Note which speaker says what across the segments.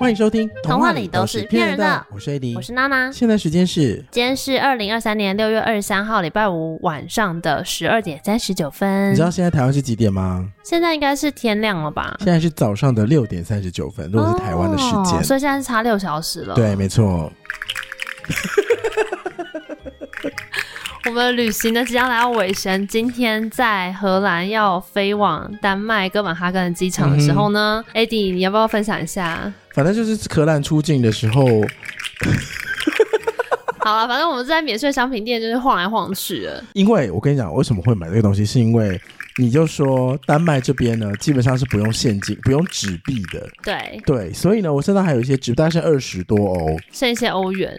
Speaker 1: 欢迎收听《
Speaker 2: 童话里都是骗人的
Speaker 1: 我是艾迪，
Speaker 2: 我是娜娜。
Speaker 1: 现在时间是
Speaker 2: 今天是二零二三年六月二十三号礼拜五晚上的十二点三十九分
Speaker 1: 你知。道现在台湾是几点吗？
Speaker 2: 现在应该是天亮了吧？
Speaker 1: 现在是早上的六点三十九分，如果是台湾的时间，
Speaker 2: 哦所以现在是差六小时了。，
Speaker 1: 对，没错，
Speaker 2: 我们旅行呢即将来到尾声。今天在荷兰要飞往丹麦哥本哈根的机场的时
Speaker 1: 嗯
Speaker 2: 候呢、艾 d 你要不要分享 一下？
Speaker 1: 反正就是荷兰出境的时候，
Speaker 2: 好了，反正我们在免税商品店就是晃来晃去的。
Speaker 1: 因为我跟你讲，为什么会买这个东西，是因为你就说丹麦这边呢，基本上是不用现金、不用纸币的，
Speaker 2: 对，
Speaker 1: 对，所以呢，我身上还有一些纸币，大概是二十多欧。
Speaker 2: 剩一些欧元。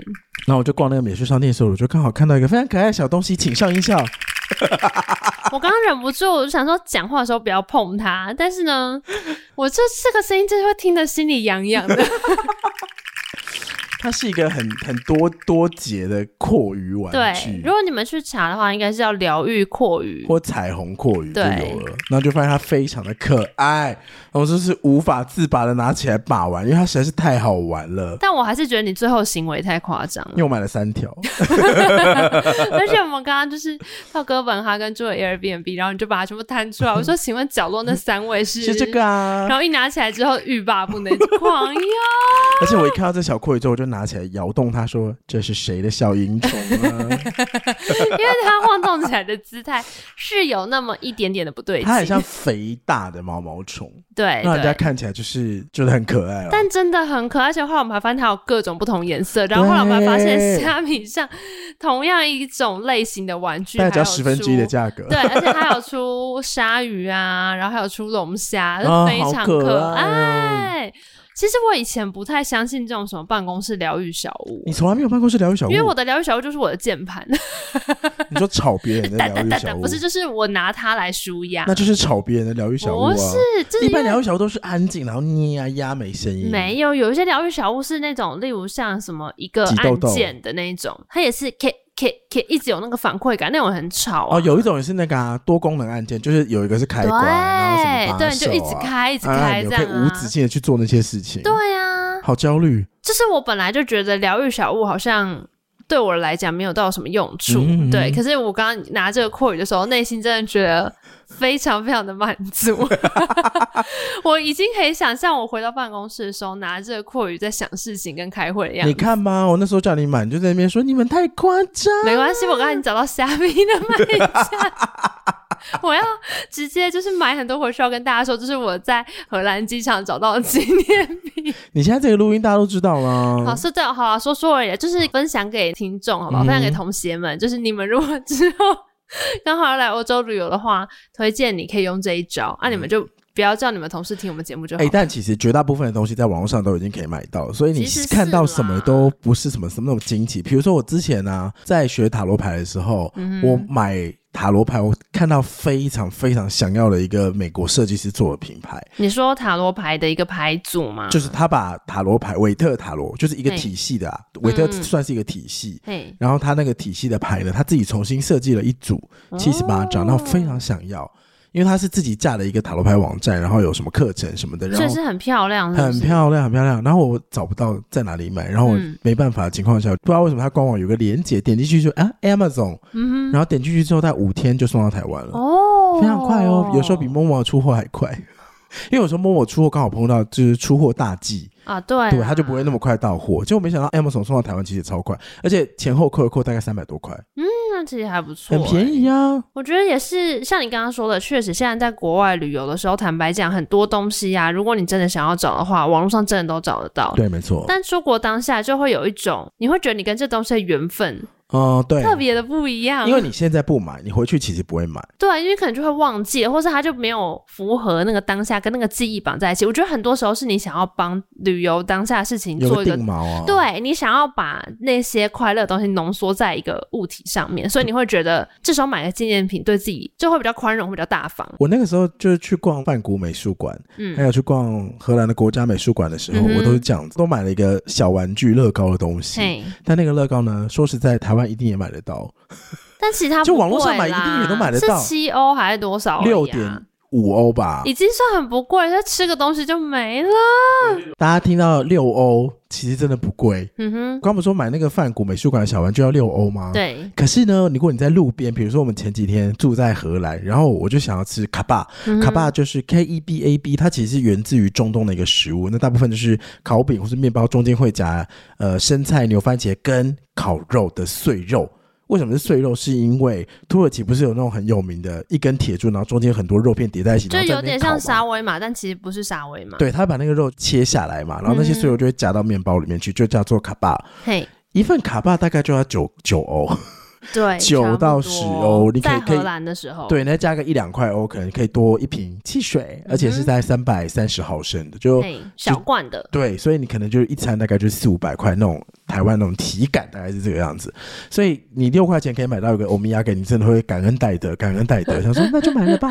Speaker 1: 然后我就逛那个免税商店的时候，我就刚好看到一个非常可爱的小东西，请上音效。
Speaker 2: 我刚刚忍不住，我就想说讲话的时候不要碰它，但是呢，我这这个声音真的会听得心里痒痒的。
Speaker 1: 它是一个很很多多节的阔鱼玩
Speaker 2: 对，
Speaker 1: 具
Speaker 2: 如，果你们去查的话，应该是叫疗愈阔鱼。
Speaker 1: 或彩虹阔鱼就有
Speaker 2: 对
Speaker 1: 了。然后就发现它非常的可爱，然后我就是无法自拔的拿起来把玩，因为它实在是太好玩了。
Speaker 2: 但我还是觉得你最后行为太夸张
Speaker 1: 因为我买了三条，
Speaker 2: 而且我们刚刚就是到哥本哈根住了 Airbnb，然后你就把它全部摊出来。我说：“请问角落那三位是？”
Speaker 1: 是这个啊
Speaker 2: 然。后一拿起来之后，欲罢不能， 狂摇。
Speaker 1: 而且我一看到这小阔鱼之后，我就拿起来摇动它，说：“这是谁的小萤虫啊？”
Speaker 2: 因为它晃动起来的姿态是有那么一点点的不对劲，哎
Speaker 1: 它很像肥大的毛毛 虫，
Speaker 2: 对
Speaker 1: 让人家
Speaker 2: 对，
Speaker 1: 看起来就是觉得很可爱了。啊
Speaker 2: 但真的很可爱。而且后来我们还发现它有各种不同颜色，然后后来我们还发现
Speaker 1: 对
Speaker 2: 虾米上同样一种类型的玩具，
Speaker 1: 大概只要
Speaker 2: 还有
Speaker 1: 十分之一的
Speaker 2: 猪
Speaker 1: 价格。
Speaker 2: 对，而且它有出鲨鱼啊，然后还有出龙虾，
Speaker 1: 啊
Speaker 2: 非常
Speaker 1: 好可哦
Speaker 2: 爱。其实我以前不太相信这种什么办公室疗愈小屋
Speaker 1: 你，从来没有办公室疗愈小屋，
Speaker 2: 因为我的疗愈小屋就是我的键盘，
Speaker 1: 你说炒别人的
Speaker 2: 哒
Speaker 1: 疗
Speaker 2: 哒
Speaker 1: 愈
Speaker 2: 哒
Speaker 1: 小
Speaker 2: 哒，
Speaker 1: 屋，
Speaker 2: 不是，就是我拿它来舒压
Speaker 1: 那。就是炒别人的疗愈小屋啊。
Speaker 2: 不是，就是
Speaker 1: 一般
Speaker 2: 因为
Speaker 1: 疗愈小屋都是安静，然后捏啊压没声音，
Speaker 2: 没有有一些疗愈小屋是那种，例如像什么一个
Speaker 1: 挤痘
Speaker 2: 按
Speaker 1: 痘
Speaker 2: 键的那一种，它也是 k k k 一直有那个反馈感，那种很吵、啊。
Speaker 1: 哦，有一种也是那个啊，多功能按键，就是有一个是开关，然后什么
Speaker 2: 对
Speaker 1: 把
Speaker 2: 对，
Speaker 1: 手
Speaker 2: 你
Speaker 1: 啊
Speaker 2: 就一直开一直
Speaker 1: 按
Speaker 2: 开
Speaker 1: 钮
Speaker 2: 这
Speaker 1: 可以
Speaker 2: 样
Speaker 1: 无
Speaker 2: 啊。
Speaker 1: 止境的去做那些事情，
Speaker 2: 对呀、
Speaker 1: 好焦虑。
Speaker 2: 就是我本来就觉得疗愈小物好像对我来讲没有到什么用处，
Speaker 1: 嗯嗯嗯
Speaker 2: 对。可是我刚刚拿这个扩语的时候，内心真的觉得非常非常的满 足。我已经可以想象我回到办公室的时候，拿着扩语在想事情跟开会的样
Speaker 1: 你
Speaker 2: 子。
Speaker 1: 看吧，我那时候叫你买，你就在那边说你们太夸张，
Speaker 2: 没关系，我刚才已经找到虾米的 卖家。我要直接就是买很多回去，要跟大家说，这是我在荷兰机场找到的纪念品。
Speaker 1: 你现在这个录音大家都知道
Speaker 2: 好，
Speaker 1: 啦。
Speaker 2: 是这样，好啊，说说而已，就是分享给听众，好不好？
Speaker 1: 嗯嗯
Speaker 2: 分享给同学们，就是你们如果之后刚好要来欧洲旅游的话，推荐你可以用这一招，啊，你们就不要叫你们同事听我们节目就
Speaker 1: 嗯
Speaker 2: 好
Speaker 1: 哎、。但其实绝大部分的东西在网络上都已经可以买到，所以你
Speaker 2: 其实是
Speaker 1: 看到
Speaker 2: 啦
Speaker 1: 什么都不是什么什么那种惊奇。比如说我之前呢、啊在学塔罗牌的时候，
Speaker 2: 嗯哼
Speaker 1: 我买塔罗牌，我看到非常非常想要的一个美国设计师做的品牌，
Speaker 2: 你说塔罗牌的一个牌组吗？
Speaker 1: 就是他把塔罗牌韦特塔罗就是一个
Speaker 2: 嘿
Speaker 1: 体系的啊，韦特
Speaker 2: 嗯
Speaker 1: 算是一个体系。
Speaker 2: 嘿，
Speaker 1: 然后他那个体系的牌呢，他自己重新设计了一组七十八张，
Speaker 2: 哦
Speaker 1: 然后非常想要，因为他是自己架了一个塔罗牌网站，然后有什么课程什么的，然
Speaker 2: 所以
Speaker 1: 后
Speaker 2: 是很漂亮，是不
Speaker 1: 很
Speaker 2: 嗯是
Speaker 1: 漂亮，很漂亮。然后我找不到在哪里买，然后我
Speaker 2: 嗯
Speaker 1: 没办法的情况下，不知道为什么它官网有个链接，点进去就啊 Amazon，、
Speaker 2: 嗯
Speaker 1: 然后点进去之后，它五天就送到台湾了，
Speaker 2: 哼，哦，
Speaker 1: 非常快哦，有时候比 Momo 出货还快。 因为有时候 Momo 出货刚好碰到就是出货大忌，
Speaker 2: 啊，对，
Speaker 1: 对，它就不会。那么快到货。结果没想到 Amazon 送到台湾其实也超快，而且前后扣一扣大概三百多块，
Speaker 2: 那其实还不错，欸哎
Speaker 1: 很便宜啊。
Speaker 2: 我觉得也是，像你刚刚说的，确实现在在国外旅游的时候，坦白讲，很多东西呀、如果你真的想要找的话，网络上真的都找得到。
Speaker 1: 对，没错。
Speaker 2: 但出国当下就会有一种，你会觉得你跟这东西的缘分
Speaker 1: 嗯，对，
Speaker 2: 特别的啊不一样，
Speaker 1: 因为你现在不买，你回去其实不会买。
Speaker 2: 对，啊因为可能就会忘记，或是它就没有符合那个当下跟那个记忆绑在一起。我觉得很多时候是你想要帮旅游当下的事情
Speaker 1: 有
Speaker 2: 做一个
Speaker 1: 定锚啊，，
Speaker 2: 对你想要把那些快乐的东西浓缩在一个物体上面，所以你会觉得这时候买个纪念品对自己就会比较宽容，会比较大方。
Speaker 1: 我那个时候就是去逛梵谷美术馆，
Speaker 2: 嗯
Speaker 1: 还有去逛荷兰的国家美术馆的时候，
Speaker 2: 嗯哼
Speaker 1: 我都是这样子，都买了一个小玩具乐高的东西。
Speaker 2: 嘿，
Speaker 1: 但那个乐高呢，说实在，台湾一定也买得到，
Speaker 2: 但其他
Speaker 1: 就
Speaker 2: 不
Speaker 1: 网络上
Speaker 2: 贵
Speaker 1: 买一
Speaker 2: 啦
Speaker 1: 定也都买得到
Speaker 2: 是七欧还是多少而已啊？
Speaker 1: 六点五欧吧，
Speaker 2: 已经算很不贵，再吃个东西就没了。
Speaker 1: 大家听到六欧，其实真的不贵。
Speaker 2: 嗯哼，
Speaker 1: 刚不是说买那个饭谷美术馆的小玩具要六欧吗？。
Speaker 2: 对，
Speaker 1: 可是呢，如果你在路边，比如说我们前几天住在荷兰，然后我就想要吃卡巴，
Speaker 2: 嗯
Speaker 1: 卡巴就是 K E B A B，它其实是源自于中东的一个食物。那大部分就是烤饼或是面包中间会夹呃生菜、牛番茄跟烤肉的碎肉。为什么是碎肉？是因为土耳其不是有那种很有名的一根铁柱，然后中间有很多肉片叠在一起，
Speaker 2: 就
Speaker 1: 然后在
Speaker 2: 有
Speaker 1: 那边
Speaker 2: 点
Speaker 1: 烤
Speaker 2: 像
Speaker 1: 嘛
Speaker 2: 沙威玛，但其实不是沙威玛。，
Speaker 1: 对，他把那个肉切下来嘛，然后那些碎
Speaker 2: 嗯
Speaker 1: 肉就会夹到面包里面去，就叫做卡巴。
Speaker 2: 嘿，
Speaker 1: 一份卡巴大概就要九九欧，
Speaker 2: 哦对，
Speaker 1: 九
Speaker 2: 差不
Speaker 1: 到
Speaker 2: 多
Speaker 1: 10欧你可以
Speaker 2: 在
Speaker 1: 可以
Speaker 2: 荷兰的时候，
Speaker 1: 对，那加个一两块欧，可能可以多一瓶汽水，而且
Speaker 2: 嗯
Speaker 1: 是在三百三十毫升的，就
Speaker 2: 嘿，小罐的，
Speaker 1: 对，所以你可能就是一餐大概就是四五百块那种台湾那种体感大概是这个样子，所以你六块钱可以买到一个欧米亚给你真的会感恩戴德，感恩戴德，想说那就买了吧。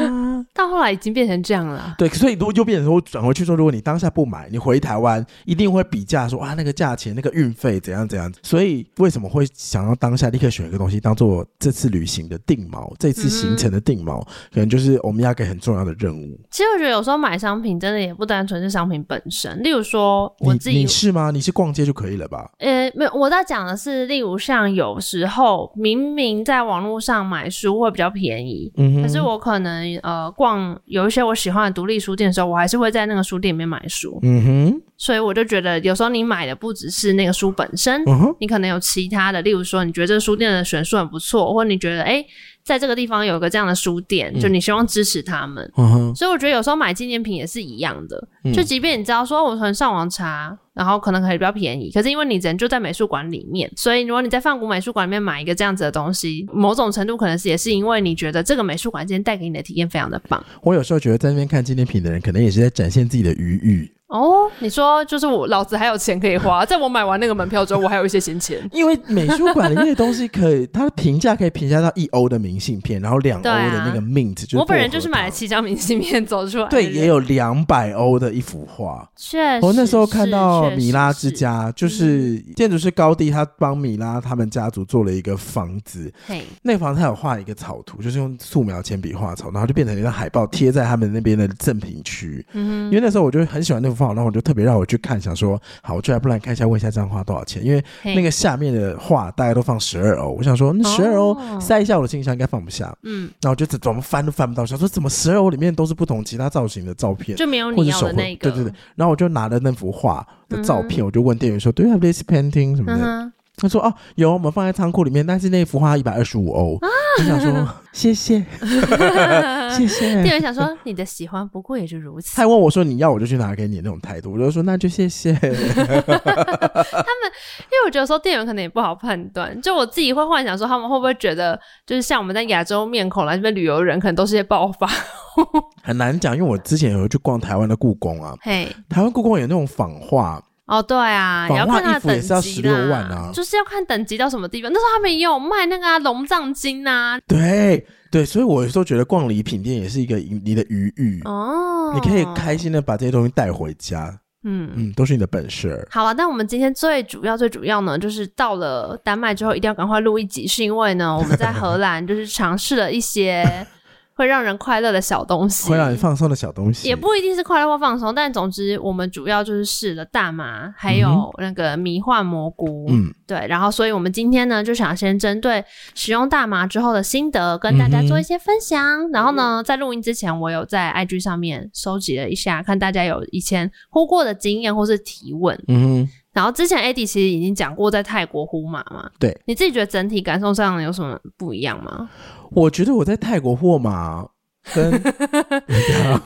Speaker 2: 到后来已经变成这样了。
Speaker 1: 对，所以如果就变成说转回去说，如果你当下不买，你回台湾一定会比价说啊那个价钱、那个运费怎样怎样。所以为什么会想要当下立刻选一个东西当做这次旅行的定锚，这次行程的定
Speaker 2: 嗯
Speaker 1: 锚，可能就是我们要给很重要的任务。
Speaker 2: 其实我觉得有时候买商品真的也不单纯是商品本身，例如说我
Speaker 1: 你
Speaker 2: 自己
Speaker 1: 你是吗？你是逛街就可以了吧？
Speaker 2: 呃，没有，我在讲的是，例如像有时候明明在网络上买书会比较便宜，
Speaker 1: 嗯哼
Speaker 2: 可是我可能呃逛有一些我喜欢的独立书店的时候，我还是会在那个书店里面买书，
Speaker 1: 嗯哼，
Speaker 2: 所以我就觉得有时候你买的不只是那个书本身，
Speaker 1: 嗯哼，
Speaker 2: 你可能有其他的，例如说你觉得这个书店的选书很不错，或你觉得诶在这个地方有个这样的书店，就你希望支持他们。
Speaker 1: 嗯哼，
Speaker 2: 所以我觉得有时候买纪念品也是一样的，
Speaker 1: 嗯
Speaker 2: 就即便你知道说我可能上网查，然后可能可以比较便宜，可是因为你人就在美术馆里面，所以如果你在泛谷美术馆里面买一个这样子的东西，某种程度可能是也是因为你觉得这个美术馆今天带给你的体验非常的棒
Speaker 1: 我有时候觉得在那边看纪念品的人，可能也是在展现自己的余欲。
Speaker 2: 哦。你说就是我老子还有钱可以花，在我买完那个门票之后，我还有一些 闲钱。
Speaker 1: 因为美术馆里面的东西可以，它的评价可以评价到一欧的明信片，然后两欧
Speaker 2: 对啊
Speaker 1: 的那个 mint，、就是
Speaker 2: 我本人
Speaker 1: 薄荷
Speaker 2: 就是买了
Speaker 1: 糖
Speaker 2: 七张明信片走出来的人，
Speaker 1: 对，也有两百欧的一幅画。
Speaker 2: 确实。
Speaker 1: 我那时候看到
Speaker 2: 确实
Speaker 1: 米拉之
Speaker 2: 呃是，嗯
Speaker 1: 家，就是建筑师高地，他帮米拉他们家族做了一个房子。
Speaker 2: 嘿，
Speaker 1: 那个房子他有画一个草图，就是用素描铅笔画草，然后就变成一张海报贴在他们那边的赠品区。
Speaker 2: 嗯
Speaker 1: 因为那时候我就很喜欢那幅画，然后我就特别让我去看，想说好，我就来不然看一下问一下这张画多少钱，因为
Speaker 2: 哼，
Speaker 1: 那个下面的画大概都放十二欧，我想说那十二欧
Speaker 2: 哦
Speaker 1: 塞一下我的行李箱应该放不下，
Speaker 2: 嗯，
Speaker 1: 然后我就怎怎么翻都翻不到，想说怎么十二欧里面都是不同其他造型的照片。
Speaker 2: 就没有
Speaker 1: 或
Speaker 2: 你
Speaker 1: 者
Speaker 2: 要
Speaker 1: 手
Speaker 2: 的
Speaker 1: 绘，
Speaker 2: 那个，
Speaker 1: 对对对，，然后我就拿了那幅画的照片，我就问店员说，Do you have this painting 什么
Speaker 2: 嗯
Speaker 1: 的？
Speaker 2: 哼。
Speaker 1: 他说哦，有，我们放在仓库里面，但是那幅画一百二十五欧。
Speaker 2: 啊
Speaker 1: 我想说谢 谢，谢 谢。
Speaker 2: 店员想说：“你的喜欢不过也就如此
Speaker 1: 他。还问我说你要我就去拿给你那种态度，我就说那就谢谢。”
Speaker 2: 因为我觉得说店员可能也不好判断，就我自己会幻想说他们会不会觉得，就是像我们在亚洲面孔来这边旅游的人，可能都是些暴发。
Speaker 1: 很难讲，因为我之前有去逛台湾的故宫啊，
Speaker 2: 嘿，
Speaker 1: 台湾故宫有那种仿画，
Speaker 2: 哦对啊，
Speaker 1: 仿
Speaker 2: 也要
Speaker 1: 画
Speaker 2: 看他
Speaker 1: 衣
Speaker 2: 的
Speaker 1: 服也
Speaker 2: 等
Speaker 1: 是要
Speaker 2: 级
Speaker 1: 16万
Speaker 2: 啦
Speaker 1: 啊
Speaker 2: 就是要看等级到什么地方。那时候他们也有卖那个啊龙藏经啊，
Speaker 1: 对对，所以我有时候觉得逛礼品店也是一个你的余欲，
Speaker 2: 哦，
Speaker 1: 你可以开，心的把这些东西带回家，
Speaker 2: 嗯。
Speaker 1: 嗯，都是你的本事儿。
Speaker 2: 好了，但我们今天最主要、最主要呢，就是到了丹麦之后，一定要赶快录一集，是因为呢，我们在荷兰就是尝试了一些 会让人快乐的小东西，
Speaker 1: 会让你放松的小东西，
Speaker 2: 也不一定是快乐或放松，但总之我们主要就是试了大麻，还有那个迷幻蘑菇，
Speaker 1: 嗯，
Speaker 2: 对，然后所以我们今天呢就想先针对使用大麻之后的心得跟大家做
Speaker 1: 嗯
Speaker 2: 一些分享，然后呢在录音之前，我有在 IG 上面收集了一下，看大家有以前呼过的经验或是提问，
Speaker 1: 嗯哼，
Speaker 2: 然后之前 AD 其实已经讲过在泰国呼麻嘛，
Speaker 1: 对，
Speaker 2: 你自己觉得整体感受上有什么不一样吗？
Speaker 1: 我觉得我在泰国货嘛， 跟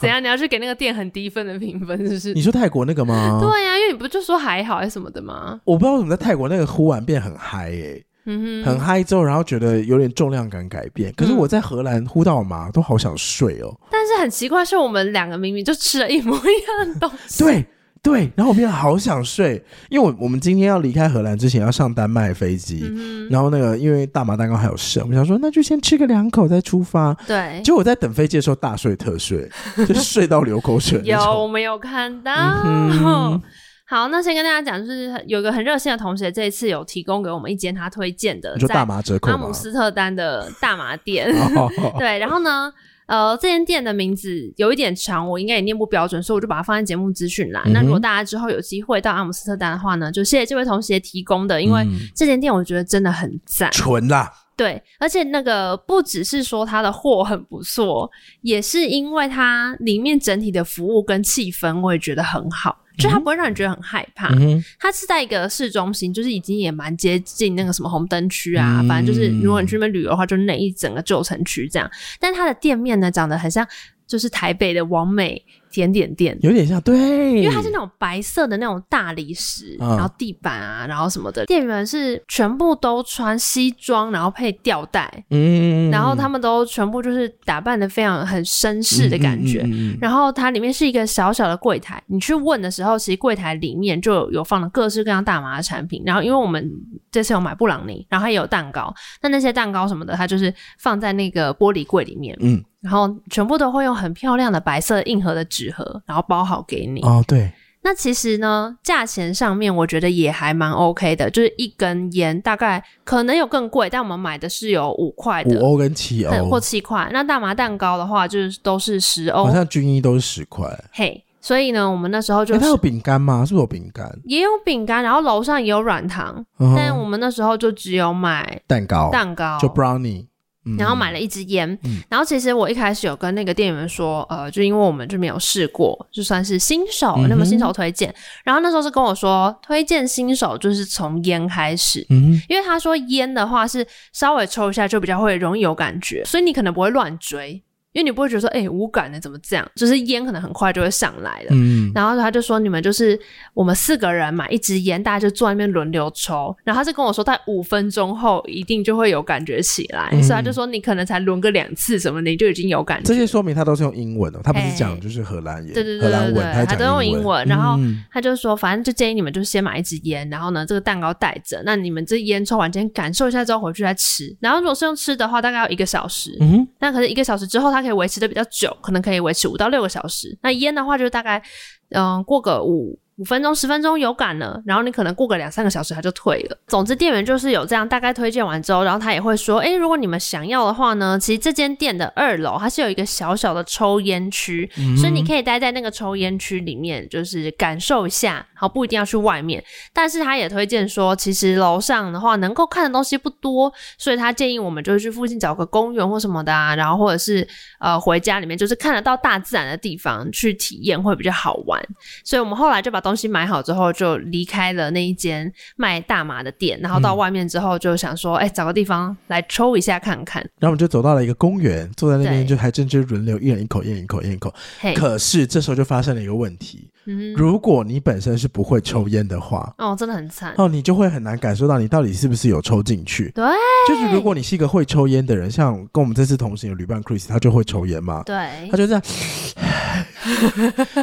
Speaker 2: 怎样？你要去给那个店很低分的评分，是不是？
Speaker 1: 哦你说泰国那个吗？
Speaker 2: 对啊呀、因为你不就说还好还是什么的吗？
Speaker 1: 我不知道为什么在泰国那个忽然变很嗨耶、
Speaker 2: 嗯
Speaker 1: 很
Speaker 2: 哼，
Speaker 1: 嗨之后，然后觉得有点重量感改变。可是我在荷兰呼到麻都好想睡哦。
Speaker 2: 但是很奇怪，是我们两个明明就吃了一模一样的东 西，
Speaker 1: 对对，然后我变得好想睡，因为我我们今天要离开荷兰之前要上丹麦飞机，
Speaker 2: 嗯
Speaker 1: 然后那个因为大麻蛋糕还有剩，我们想说那就先吃个两口再出发。
Speaker 2: 哼，对，
Speaker 1: 结果我在等飞机的时候大睡特睡，就睡到流口水那
Speaker 2: 有
Speaker 1: 种。
Speaker 2: 我们有看到。
Speaker 1: 嗯哼
Speaker 2: 好，那先跟大家讲，就是有一个很热心的同学，这一次有提供给我们一间他推荐的，
Speaker 1: 你说大
Speaker 2: 在
Speaker 1: 麻折扣
Speaker 2: 阿
Speaker 1: 吗
Speaker 2: 姆？斯特丹的大麻店。
Speaker 1: 哦
Speaker 2: 对，然后呢，呃，这间店的名字有一点长，我应该也念不标准，所以我就把它放在节目资讯
Speaker 1: 嗯
Speaker 2: 栏。那如果大家之后有机会到阿姆斯特丹的话呢，就谢谢这位同学提供的，因为
Speaker 1: 嗯
Speaker 2: 这间店我觉得真的很赞。
Speaker 1: 纯啦，
Speaker 2: 对，而且那个不只是说它的货很不错，也是因为它里面整体的服务跟气氛，我也觉得很好，就它不会让你觉得很害怕。
Speaker 1: 嗯哼，
Speaker 2: 它是在一个市中心，就是已经也蛮接近那个什么红灯区啊，
Speaker 1: 嗯
Speaker 2: 反正就是如果你去那边旅游的话，就是那一整个旧城区这样。但它的店面呢，长得很像就是台北的王美甜点店。
Speaker 1: 有点像，对，
Speaker 2: 因为它是那种白色的那种大理石，
Speaker 1: 嗯
Speaker 2: 然后地板啊，然后什么的，店员是全部都穿西装，然后配吊带，
Speaker 1: 嗯，嗯，
Speaker 2: 然后他们都全部就是打扮的非常很绅士的感觉。
Speaker 1: 嗯嗯嗯嗯
Speaker 2: 然后它里面是一个小小的柜台，你去问的时候，其实柜台里面就有有放了各式各样大麻的产品。然后因为我们这次有买布朗尼，然后它也有蛋糕，那那些蛋糕什么的，它就是放在那个玻璃柜里面，
Speaker 1: 嗯，
Speaker 2: 然后全部都会用很漂亮的白色硬盒的纸盒，然后包好给你。
Speaker 1: 哦，对，
Speaker 2: 那其实呢，价钱上面我觉得也还蛮 OK 的，就是一根烟大概可能有更贵，但我们买的是有五块
Speaker 1: 五
Speaker 2: 的。
Speaker 1: 欧跟七
Speaker 2: 对
Speaker 1: 欧
Speaker 2: 或，哦七块，那大麻蛋糕的话，就是都是十欧
Speaker 1: 好，像军医都是十块。
Speaker 2: 嘿，所以呢，我们那时候就
Speaker 1: 哎，
Speaker 2: 是、
Speaker 1: 它有饼干吗？是不是有饼干？
Speaker 2: 也有饼干，然后楼上也有软糖，
Speaker 1: 嗯哼
Speaker 2: 但我们那时候就只有买
Speaker 1: 蛋糕，
Speaker 2: 蛋糕，
Speaker 1: 就 brownie，嗯
Speaker 2: 然后买了一支烟。
Speaker 1: 嗯
Speaker 2: 然后其实我一开始有跟那个店员说，呃，就因为我们就没有试过，就算是新手
Speaker 1: 嗯，哼
Speaker 2: 那么新手推荐。然后那时候是跟我说，推荐新手就是从烟开始。
Speaker 1: 嗯
Speaker 2: 因为他说烟的话是稍微抽一下就比较会容易有感觉，所以你可能不会乱追，因为你不会觉得说，哎、无感的怎么这样？就是烟可能很快就会上来了。
Speaker 1: 嗯，
Speaker 2: 然后他就说：“你们就是我们四个人买一支烟，大家就坐在那边轮流抽。”然后他就跟我说，在五分钟后一定就会有感觉起来，
Speaker 1: 嗯
Speaker 2: 所以他就说你可能才轮个两次什么，你就已经有感
Speaker 1: 这
Speaker 2: 觉。
Speaker 1: 些说明它都是用英文哦，它不是
Speaker 2: 哎
Speaker 1: 讲就是荷兰语，
Speaker 2: 对对对
Speaker 1: 荷兰
Speaker 2: 对
Speaker 1: 文，
Speaker 2: 对
Speaker 1: 它
Speaker 2: 它都
Speaker 1: 讲
Speaker 2: 用
Speaker 1: 英
Speaker 2: 英文然后
Speaker 1: 嗯
Speaker 2: 他就说，反正就建议你们就先买一支烟，然后呢，这个蛋糕带着，那你们这烟抽完先感受一下之后回去再吃。然后如果是用吃的话，大概要一个小时。
Speaker 1: 嗯哼
Speaker 2: 那可是一个小时之后，它可以维持的比较久，可能可以维持五到六个小时。那烟的话，就是大概嗯过个五五分钟、十分钟有感了，然后你可能过个两三个小时它就退了。总之，店员就是有这样大概推荐完之后，然后他也会说，诶，如果你们想要的话呢，其实这间店的二楼它是有一个小小的抽烟区，所以
Speaker 1: 嗯
Speaker 2: 你可以待在那个抽烟区里面，就是感受一下，好不一定要去外面。但是他也推荐说，其实楼上的话能够看的东西不多，所以他建议我们就是去附近找个公园或什么的啊，然后或者是呃回家里面就是看得到大自然的地方去体验会比较好玩。所以我们后来就把东西买好之后，就离开了那一间卖大麻的店，然后到外面之后就想说，哎、找个地方来抽一下看看。
Speaker 1: 然后我们就走到了一个公园，坐在那边
Speaker 2: 对
Speaker 1: 就还真就轮流一人一口，一人一口，一人一口。
Speaker 2: 嘿，
Speaker 1: 可是这时候就发生了一个问题，
Speaker 2: 嗯哼，
Speaker 1: 如果你本身是不会抽烟的话，
Speaker 2: 哦，真的很惨，
Speaker 1: 哦，你就会很难感受到你到底是不是有抽进去。
Speaker 2: 对，
Speaker 1: 就是如果你是一个会抽烟的人，像跟我们这次同行的旅伴 Chris，他就会抽烟嘛，
Speaker 2: 对
Speaker 1: 他，就这 样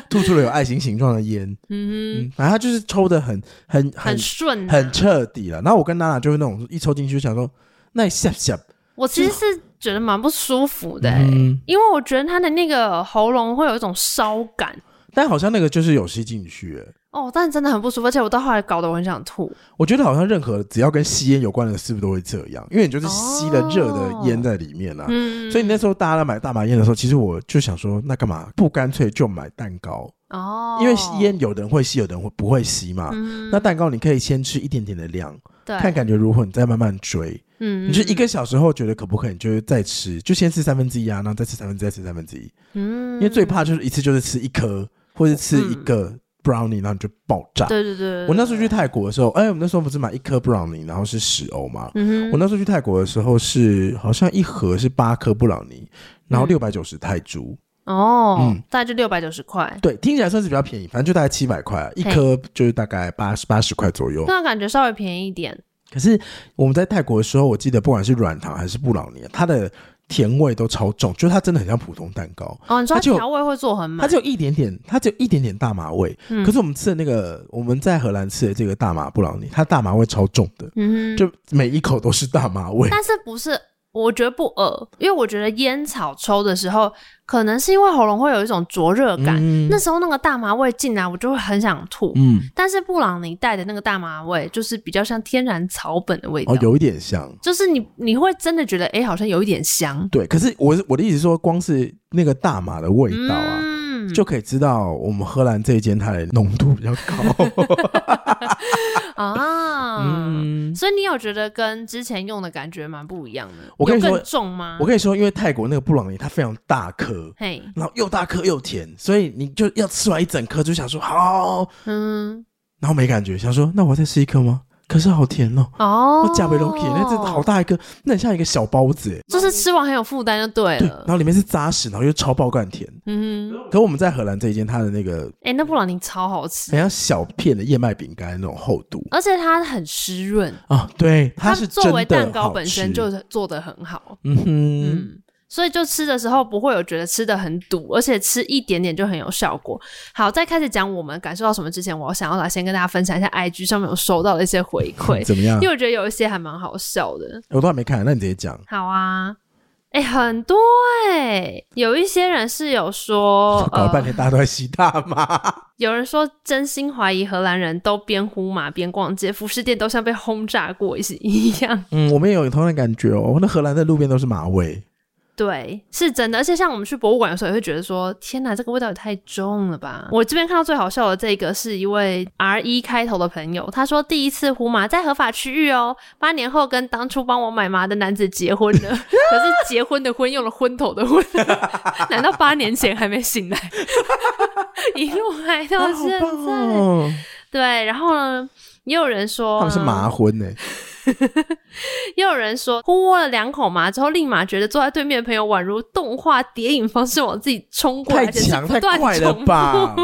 Speaker 1: 吐出了有爱心形状的烟，
Speaker 2: 嗯
Speaker 1: 嗯，反正他就是抽的很很
Speaker 2: 哼，很
Speaker 1: 很
Speaker 2: 顺、啊，
Speaker 1: 很彻底了。然后我跟娜娜就是那种一抽进去就想说，那下下，
Speaker 2: 我其实是觉得蛮不舒服的、欸
Speaker 1: 嗯，
Speaker 2: 因为我觉得他的那个喉咙会有一种烧感。
Speaker 1: 但好像那个就是有吸进去、欸
Speaker 2: 哦，但真的很不舒服，而且我到后来搞得我很想吐。
Speaker 1: 我觉得好像任何只要跟吸烟有关的，是不是都会这样？因为你就是吸了热的
Speaker 2: 哦
Speaker 1: 烟在里面啊。
Speaker 2: 嗯，
Speaker 1: 所以那时候大家在买大麻烟的时候，其实我就想说，那干嘛不干脆就买蛋糕？
Speaker 2: 哦，
Speaker 1: 因为烟有的人会吸，有的人会不会吸嘛。
Speaker 2: 嗯，
Speaker 1: 那蛋糕你可以先吃一点点的量，
Speaker 2: 对，
Speaker 1: 看感觉如何，你再慢慢追。
Speaker 2: 嗯，嗯，
Speaker 1: 你就一个小时后觉得可不可以，你就再吃，就先吃三分之一啊，然后再吃三分之一，再吃三分之一。
Speaker 2: 嗯，
Speaker 1: 因为最怕就是一次就是吃一颗，或是吃一
Speaker 2: 嗯
Speaker 1: 个 brownie，然后你就爆炸。
Speaker 2: 对对对，
Speaker 1: 我那时候去
Speaker 2: 就，
Speaker 1: 泰国的时候，哎、我们那时候不是买一颗 brownie，然后是十欧嘛。
Speaker 2: 嗯哼，
Speaker 1: 我那时候去泰国的时候是好像一盒是八颗布朗尼，然后
Speaker 2: 嗯
Speaker 1: 六百九十泰铢，
Speaker 2: 哦
Speaker 1: 嗯，
Speaker 2: 大概就六百九十块，
Speaker 1: 对，听起来算是比较便宜，反正就大概七百块，一
Speaker 2: 嘿
Speaker 1: 颗就是大概八十八十块左右。
Speaker 2: 那感觉稍微便宜一点。
Speaker 1: 可是我们在泰国的时候，我记得不管是软糖还是布朗尼，它的甜味都超重，就是它真的很像普通蛋糕，
Speaker 2: 哦，你
Speaker 1: 它
Speaker 2: 说它
Speaker 1: 就
Speaker 2: 调味会做很
Speaker 1: 它
Speaker 2: 满，
Speaker 1: 只有一点点，它只有一点点大麻味。
Speaker 2: 嗯
Speaker 1: 可是我们吃的那个，我们在荷兰吃的这个大麻布朗尼，它大麻味超重的，
Speaker 2: 嗯哼，
Speaker 1: 就每一口都是大麻味。
Speaker 2: 但是不是我觉得不恶，因为我觉得烟草抽的时候，可能是因为喉咙会有一种灼热感，
Speaker 1: 嗯
Speaker 2: 那时候那个大麻味进来，我就会很想吐。
Speaker 1: 嗯，
Speaker 2: 但是布朗尼带的那个大麻味，就是比较像天然草本的味道，
Speaker 1: 哦，有一点像。
Speaker 2: 就是你你会真的觉得，哎、好像有一点香。
Speaker 1: 对，可是我我的意思是说，光是那个大麻的味道啊，
Speaker 2: 嗯，
Speaker 1: 就可以知道我们荷兰这一间它的浓度比较 高。
Speaker 2: 啊。
Speaker 1: 嗯
Speaker 2: 所以你有觉得跟之前用的感觉蛮不一样的？
Speaker 1: 我跟你
Speaker 2: 有
Speaker 1: 说
Speaker 2: 更重吗？
Speaker 1: 我跟你说，因为泰国那个布朗尼它非常大颗，
Speaker 2: 嘿，
Speaker 1: 然后又大颗又甜，所以你就要吃完一整颗就想说好，
Speaker 2: 嗯，
Speaker 1: 然后没感觉，想说那我再吃一颗吗？可是好甜哦，
Speaker 2: 哦，
Speaker 1: 我加倍 l o k 那真的好，大一个，那很像一个小包子哎。
Speaker 2: 就是吃完很有负担就对
Speaker 1: 对，然
Speaker 2: 了。
Speaker 1: 后里面是扎实，然后又超爆干甜。
Speaker 2: 嗯哼，
Speaker 1: 可我们在荷兰这一间，它的那个
Speaker 2: 哎、那布朗尼超好吃
Speaker 1: 很，像小片的燕麦饼干那种厚度
Speaker 2: 而且它很湿润，
Speaker 1: 啊，对，它是
Speaker 2: 作为
Speaker 1: 真的
Speaker 2: 蛋糕
Speaker 1: 好
Speaker 2: 本身
Speaker 1: 吃
Speaker 2: 就做的很好。
Speaker 1: 嗯哼，，
Speaker 2: 嗯，所以就吃的时候不会有觉得吃的很堵，而且吃一点点就很有效果。好，在开始讲我们感受到什么之前，我想要来先跟大家分享一下 IG 上面有收到的一些回馈
Speaker 1: 怎么样
Speaker 2: 因？为我觉得有一些还蛮好笑的。
Speaker 1: 我都还没看，那你直接讲。，
Speaker 2: 好啊，哎、很多哎、有一些人是有说
Speaker 1: 搞了半
Speaker 2: 呃，
Speaker 1: 天大家都在吸大麻，
Speaker 2: 有人说真心怀疑荷兰人都边呼马边逛街，服饰店都像被轰炸过一样。
Speaker 1: 嗯，我们也有同样的感觉哦。那荷兰的路边都是马味，
Speaker 2: 对，是真的。而且像我们去博物馆的时候，也会觉得说：“天哪，这个味道也太重了吧！”我这边看到最好笑的这个是一位 R 一开头的朋友，他说第一次呼麻在合法区域哦，八年后跟当初帮我买麻的男子结婚 了，可是结婚的婚 用了昏头的昏，难道八年前还没 醒来？ 一路嗨到
Speaker 1: 啊好
Speaker 2: 现在，
Speaker 1: 棒哦！
Speaker 2: 对，然后呢？也有人说，
Speaker 1: 他们是麻欸婚呢，
Speaker 2: 也有人说，呼窝了两口麻之后，立马觉得坐在对面的朋友宛如动画谍影方式往自己冲过来，
Speaker 1: 太
Speaker 2: 而且是
Speaker 1: 强
Speaker 2: 不
Speaker 1: 太
Speaker 2: 断
Speaker 1: 快了
Speaker 2: 重复？
Speaker 1: 吧？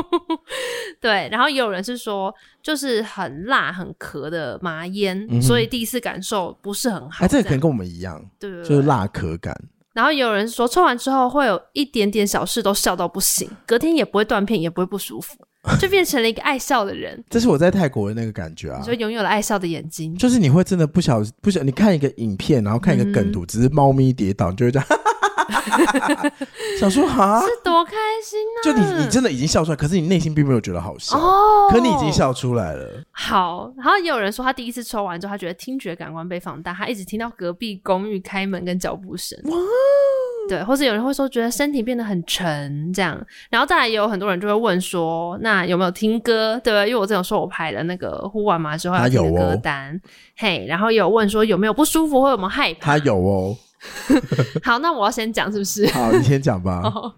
Speaker 2: 对，然后也有人是说，就是很辣很咳的麻烟，
Speaker 1: 嗯哼
Speaker 2: 所以第一次感受不是很好。
Speaker 1: 哎，这个可
Speaker 2: 样
Speaker 1: 能跟我们一样，
Speaker 2: 对对对，
Speaker 1: 就是辣壳感。
Speaker 2: 然后也有人说，抽完之后会有一点点小事都笑到不行，隔天也不会断片，也不会不舒服，就变成了一个爱笑的人，
Speaker 1: 这是我在泰国的那个感觉 啊
Speaker 2: 你，就拥有了爱笑的眼睛。
Speaker 1: 就是你会真的不小不小，你看一个影片，然后看一个
Speaker 2: 嗯
Speaker 1: 梗图，只是猫咪跌倒，你就会这样，哈 哈哈哈哈哈想说哈，
Speaker 2: 是啊多开心啊
Speaker 1: 就你你真的已经笑出来，可是你内心并没有觉得好笑，
Speaker 2: 哦！
Speaker 1: 可你已经笑出来了。
Speaker 2: 好，然后也有人说他第一次抽完之后，他觉得听觉感官被放大，他一直听到隔壁公寓开门跟脚步声。
Speaker 1: 哦
Speaker 2: 对，或者有人会说觉得身体变得很沉这样，然后再来也有很多人就会问说，那有没有听歌？对吧？因为我之前有说我排了那个呼完麻之后要
Speaker 1: 他有
Speaker 2: 听的歌
Speaker 1: 哦
Speaker 2: 单，嘿，然后也有问说有没有不舒服或有没有害怕。
Speaker 1: 他有哦，
Speaker 2: 好，那我要先讲是不是？
Speaker 1: 好，你先讲 吧。
Speaker 2: 哦，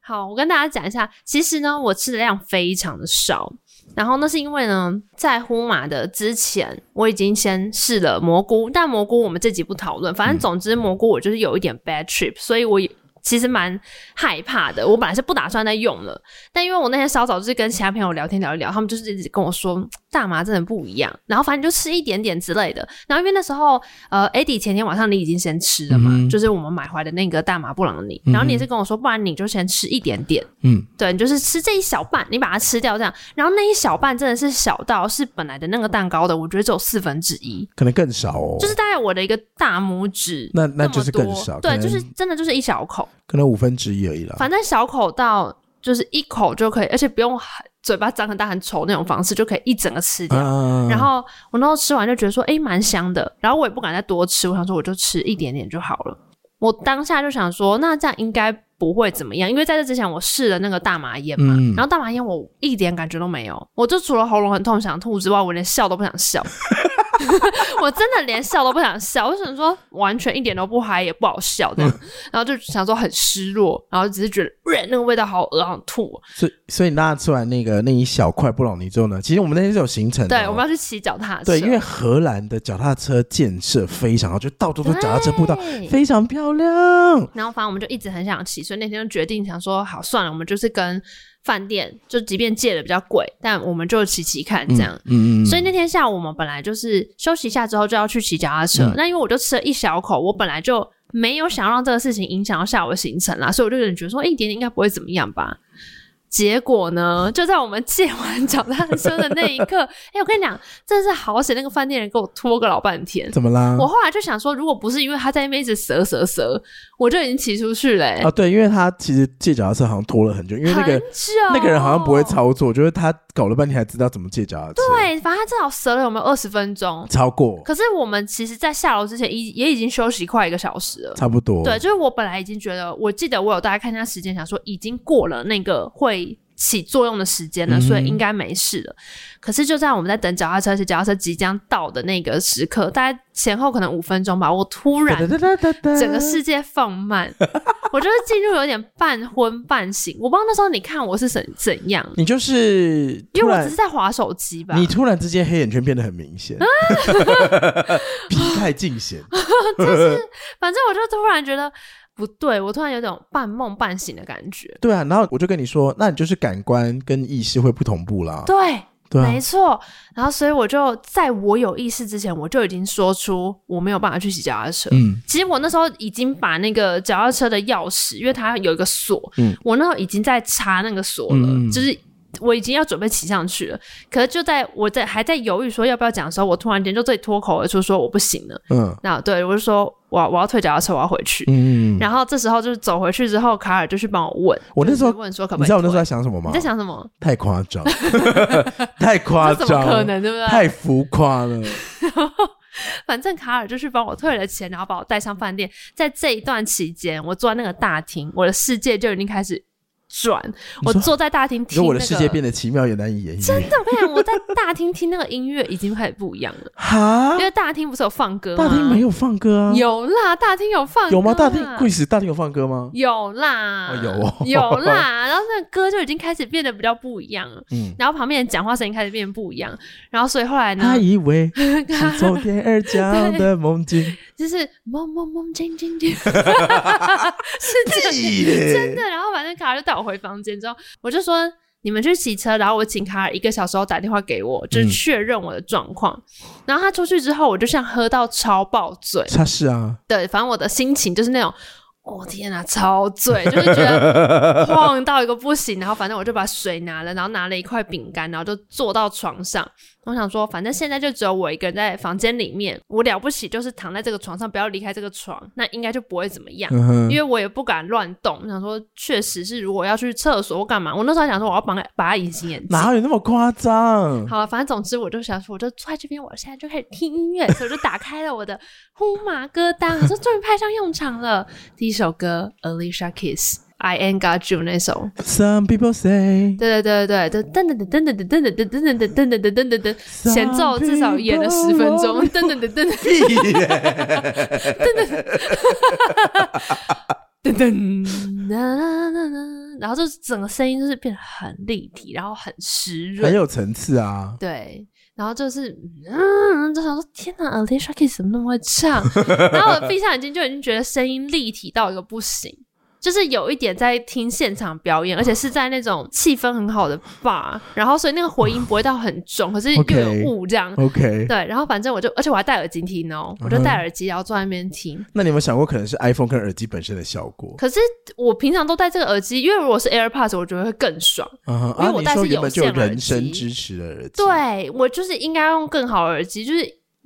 Speaker 2: 好，我跟大家讲一下，其实呢，我吃的量非常的少，然后那是因为呢，在呼麻的之前，我已经先试了蘑菇，但蘑菇我们这集不讨论，反
Speaker 1: 嗯
Speaker 2: 正总之蘑菇我就是有一点 bad trip，所以我也。其实蛮害怕的，我本来是不打算再用了，但因为我那天稍早就是跟其他朋友聊天聊一聊，他们就是一直跟我说嗯大麻真的不一样，然后反正就吃一点点之类的。然后因为那时候呃，Eddie 前天晚上你已经先吃了嘛，
Speaker 1: 嗯哼
Speaker 2: 就是我们买回来的那个大麻布朗尼，然后你也是跟我说，不然你就先吃一点点，
Speaker 1: 嗯，
Speaker 2: 对，你就是吃这一小半，你把它吃掉这样。然后那一小半真的是小到是本来的那个蛋糕的，我觉得只有四分之一，
Speaker 1: 可能更少哦，
Speaker 2: 就是大概我的一个大拇指。
Speaker 1: 那那
Speaker 2: 这
Speaker 1: 就
Speaker 2: 么
Speaker 1: 是更
Speaker 2: 多
Speaker 1: 少，可
Speaker 2: 对，
Speaker 1: 能
Speaker 2: 就是真的就是一小口，
Speaker 1: 可能五分之一而已啦。
Speaker 2: 反正小口到就是一口就可以，而且不用很嘴巴张很大很稠那种方式就可以一整个吃掉。
Speaker 1: 啊，
Speaker 2: 然后我那时候吃完就觉得说，诶，蛮香的。然后我也不敢再多吃，我想说我就吃一点点就好了。我当下就想说，那这样应该不会怎么样，因为在这之前我试了那个大麻烟嘛，
Speaker 1: 嗯
Speaker 2: 然后大麻烟我一点感觉都没有，我就除了喉咙很痛想吐之外，我连笑都不想笑。 我真的连笑都不想笑，我就想说完全一点都不嗨，也不好笑这样，
Speaker 1: 嗯
Speaker 2: 然后就想说很失落，然后只是觉得，呃那个味道好恶，好想吐哦。
Speaker 1: 所以所以那吃完那个那一小块布朗尼之后呢，其实我们那天是有行程的哦，
Speaker 2: 对，我们要去骑脚踏车，
Speaker 1: 对，因为荷兰的脚踏车建设非常好，就到处都脚踏车步道，
Speaker 2: 对
Speaker 1: 非常漂亮。
Speaker 2: 然后反正我们就一直很想骑，所以那天就决定想说，好算了，我们就是跟饭店，就即便借的比较贵，但我们就骑骑看这样。
Speaker 1: 嗯嗯，
Speaker 2: 所以那天下午我们本来就是休息一下之后就要去骑脚踏车，
Speaker 1: 嗯
Speaker 2: 那因为我就吃了一小口，我本来就没有想让这个事情影响到下午的行程啦，所以我就有点觉得说，哎一点点应该不会怎么样吧。结果呢，就在我们借完 脚踏车的那一刻，哎、我跟你讲，真的是好险，那个饭店人给我拖个老半天。
Speaker 1: 怎么啦？
Speaker 2: 我后来就想说，如果不是因为他在那边一直折折折，我就已经骑出去了、欸
Speaker 1: 啊，对，因为他其实借脚踏车好像拖了很久，因为那
Speaker 2: 很
Speaker 1: 个
Speaker 2: 久
Speaker 1: 那个人好像不会。操作，就是他搞了半天才知道怎么借脚踏车，，
Speaker 2: 对，反正他至少折了有没有二十分钟？
Speaker 1: 超过
Speaker 2: 可是我们其实，在下楼之前已也已经休息快一个小时了。
Speaker 1: 差不多，
Speaker 2: 对，就是我本来已经觉得，我记得我有大概看一下时间，想说已经过了那个会起作用的时间了，
Speaker 1: 嗯哼
Speaker 2: 所以应该没事了。可是就在我们在等脚踏车，而且脚踏车即将到的那个时刻，大概前后可能五分钟吧，我突然
Speaker 1: 哒哒哒哒哒，
Speaker 2: 整个世界放慢，我就是进入有点半昏半醒。我不知道那时候你看我是怎怎样，
Speaker 1: 你就是
Speaker 2: 因
Speaker 1: 突
Speaker 2: 为我只
Speaker 1: 然
Speaker 2: 是在划手机吧，啊
Speaker 1: 你突然之间黑眼圈变得很明显， 皮态尽 显，
Speaker 2: 反正我就突然觉得不对，我突然有种半梦半醒的感觉。
Speaker 1: 对啊，然后我就跟你说，那你就是感官跟意识会不同步啦，
Speaker 2: 对，
Speaker 1: 对啊
Speaker 2: 没，错。然后，所以我就在我有意识之前，我就已经说出我没有办法去洗脚踏车。
Speaker 1: 嗯，
Speaker 2: 其实我那时候已经把那个脚踏车的钥匙，因为它有一个锁，
Speaker 1: 嗯
Speaker 2: 我那时候已经在插那个锁了，
Speaker 1: 嗯嗯
Speaker 2: 就是我已经要准备骑上去了。可是就在我在还在犹豫说要不要讲的时候，我突然间就自己脱口而出说我不行了。
Speaker 1: 嗯
Speaker 2: 那对我就说我要我要退脚踏车，我要回去。
Speaker 1: 嗯，
Speaker 2: 然后这时候就是走回去之后，卡尔就去帮我问，
Speaker 1: 我那时候
Speaker 2: 就是问说可不
Speaker 1: 你
Speaker 2: 可以退？
Speaker 1: 知道我那时候在想什么吗
Speaker 2: 你在？想什么？
Speaker 1: 太夸 张， 太夸
Speaker 2: 这怎么
Speaker 1: 张，
Speaker 2: 可能对不啊对？
Speaker 1: 太浮夸 了，
Speaker 2: 反正卡尔就去帮我退了钱，然后把我带上饭店。在这一段期间，我坐在那个大厅，我的世界就已经开始转。我坐在大厅
Speaker 1: 你
Speaker 2: 听、
Speaker 1: 说
Speaker 2: 那个，
Speaker 1: 我的世界变得奇妙也难以 言喻，真的
Speaker 2: 但我跟你讲，我在大厅听那个音乐已经开始不一样 了，
Speaker 1: 哈
Speaker 2: 因，为大厅不是有放歌吗？
Speaker 1: 大厅没有放歌啊，
Speaker 2: 有啦，大厅有放歌
Speaker 1: 有吗？大厅
Speaker 2: 啦
Speaker 1: q u 大厅有放歌吗？
Speaker 2: 有啦，
Speaker 1: 哦有哦
Speaker 2: 有啦，然后那个歌就已经开始变得比较不一样了，
Speaker 1: 嗯，
Speaker 2: 然后旁边人讲话声音开始变得不一样，然后所以后来呢
Speaker 1: 他，以为是从天而降的梦境，
Speaker 2: 就是梦梦梦见 见见，是这个
Speaker 1: 屁耶
Speaker 2: 真的。然后反正卡尔就带我回房间之后，我就说你们去骑车，然后我请卡尔一个小时后打电话给我，就是
Speaker 1: 嗯
Speaker 2: 确认我的状况。然后他出去之后，我就像喝到超爆醉，
Speaker 1: 他是啊，
Speaker 2: 对，反正我的心情就是那种。我、天哪，超醉，就是觉得晃到一个不行，然后反正我就把水拿了，然后拿了一块饼干，然后就坐到床上。我想说，反正现在就只有我一个人在房间里面，我了不起就是躺在这个床上，不要离开这个床，那应该就不会怎么样。
Speaker 1: 嗯哼
Speaker 2: 因为我也不敢乱动，想说确实是，如果要去厕所或干嘛，我那时候还想说我要绑把它隐形眼镜。
Speaker 1: 哪有那么夸张？
Speaker 2: 好了，啊反正总之我就想说，我就坐在这边，我现在就开始听音乐，所以我就打开了我的呼麻歌单，我说终于派上用场了。第一首歌 Alicia Keys。I ain't got you 那首，
Speaker 1: Some people say
Speaker 2: 对对对对对，噔噔噔噔噔噔噔噔噔噔噔噔噔噔噔噔噔，前奏至少演了十分钟，噔噔噔噔
Speaker 1: 屁耶，
Speaker 2: 噔噔，啦啦啦啦，然后就是整个声音就是变得很立体，然后很湿
Speaker 1: 很
Speaker 2: 润，
Speaker 1: 有层次啊。
Speaker 2: 对，然后就是嗯，就想说天哪，Alicia Keys 怎么那么会唱？ 然后我闭上眼睛就已经觉得声音立体到一个不行，就是有一点在听现场表演，而且是在那种气氛很好的 bar，然后所以那个回音不会到很重，可是又
Speaker 1: OK
Speaker 2: 有雾这样。
Speaker 1: OK，
Speaker 2: 对，然后反正我就，而且我还戴耳机听哦，我就戴耳机，然后坐在那边听。
Speaker 1: 那你有没有想过，可能是 iPhone 跟耳机本身的效果？
Speaker 2: 可是我平常都戴这个耳机，因为如果是 AirPods，我觉得会更爽。
Speaker 1: 嗯哼，
Speaker 2: 因为
Speaker 1: 啊，
Speaker 2: 我
Speaker 1: 你
Speaker 2: 戴
Speaker 1: 说
Speaker 2: 是
Speaker 1: 原本就有
Speaker 2: 有线耳
Speaker 1: 人声
Speaker 2: 机
Speaker 1: 支持的耳机，，
Speaker 2: 对啊我就是应该用更好的耳机，就是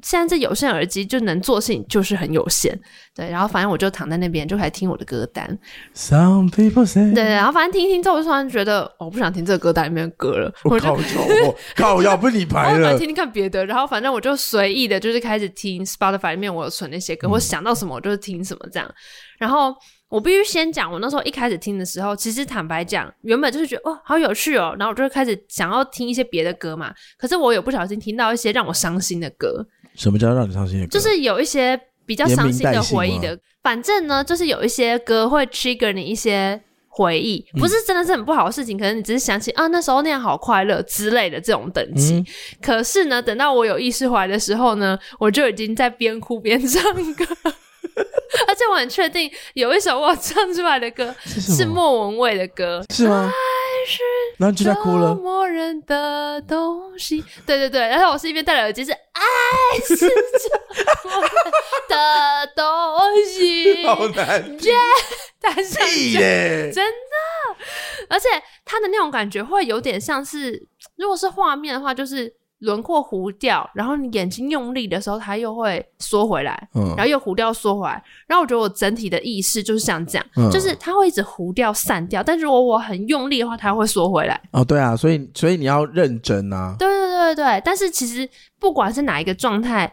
Speaker 2: 现在这有线耳机就能做事情就是很有限。对，然后反正我就躺在那边就开始听我的歌单，
Speaker 1: Some people say，
Speaker 2: 嗯对，然后反正听一听之后，我就突然觉得、哦我不想听这个歌单里面的歌了，我
Speaker 1: 我
Speaker 2: 就。
Speaker 1: 靠，我靠，要不你排
Speaker 2: 我来
Speaker 1: 了
Speaker 2: 哦听听看别的，然后反正我就随意的，就是开始听 Spotify 里面我有存那些歌，我想到什么我就听什么这样。然后我必须先讲，我那时候一开始听的时候，其实坦白讲，原本就是觉得哇好有趣哦，然后我就开始想要听一些别的歌嘛。可是我有不小心听到一些让我伤心的歌，
Speaker 1: 什么叫让你伤心的歌？
Speaker 2: 就是有一些比较伤心的回忆
Speaker 1: 啊连名带姓
Speaker 2: 的。反正呢，就是有一些歌会 trigger 你一些回忆，
Speaker 1: 嗯
Speaker 2: 不是真的是很不好的事情，可能你只是想起啊那时候那样好快乐之类的这种等级。
Speaker 1: 嗯
Speaker 2: 可是呢，等到我有意识回来的时候呢，我就已经在边哭边唱歌。 而且我很确定，有一首我唱出来的歌
Speaker 1: 是什
Speaker 2: 是
Speaker 1: 么
Speaker 2: 莫文蔚的歌，
Speaker 1: 是吗？
Speaker 2: I 是
Speaker 1: 然后就在哭了
Speaker 2: 折。磨人的东西。对对对，然后我是一边戴着耳机，是爱是折磨人的东 西。
Speaker 1: 好难
Speaker 2: 耶，但是
Speaker 1: 记 耶！
Speaker 2: 真的，而且它的那种感觉会有点像是，如果是画面的话，就是轮廓糊掉，然后你眼睛用力的时候，它又会缩回来，
Speaker 1: 嗯
Speaker 2: 然后又糊掉缩回来。然后我觉得我整体的意识就是像这样，
Speaker 1: 嗯
Speaker 2: 就是它会一直糊掉散掉，但如果我很用力的话，它会缩回来。
Speaker 1: 哦，对啊，所以所以你要认真啊，
Speaker 2: 对对对对对，但是其实不管是哪一个状态。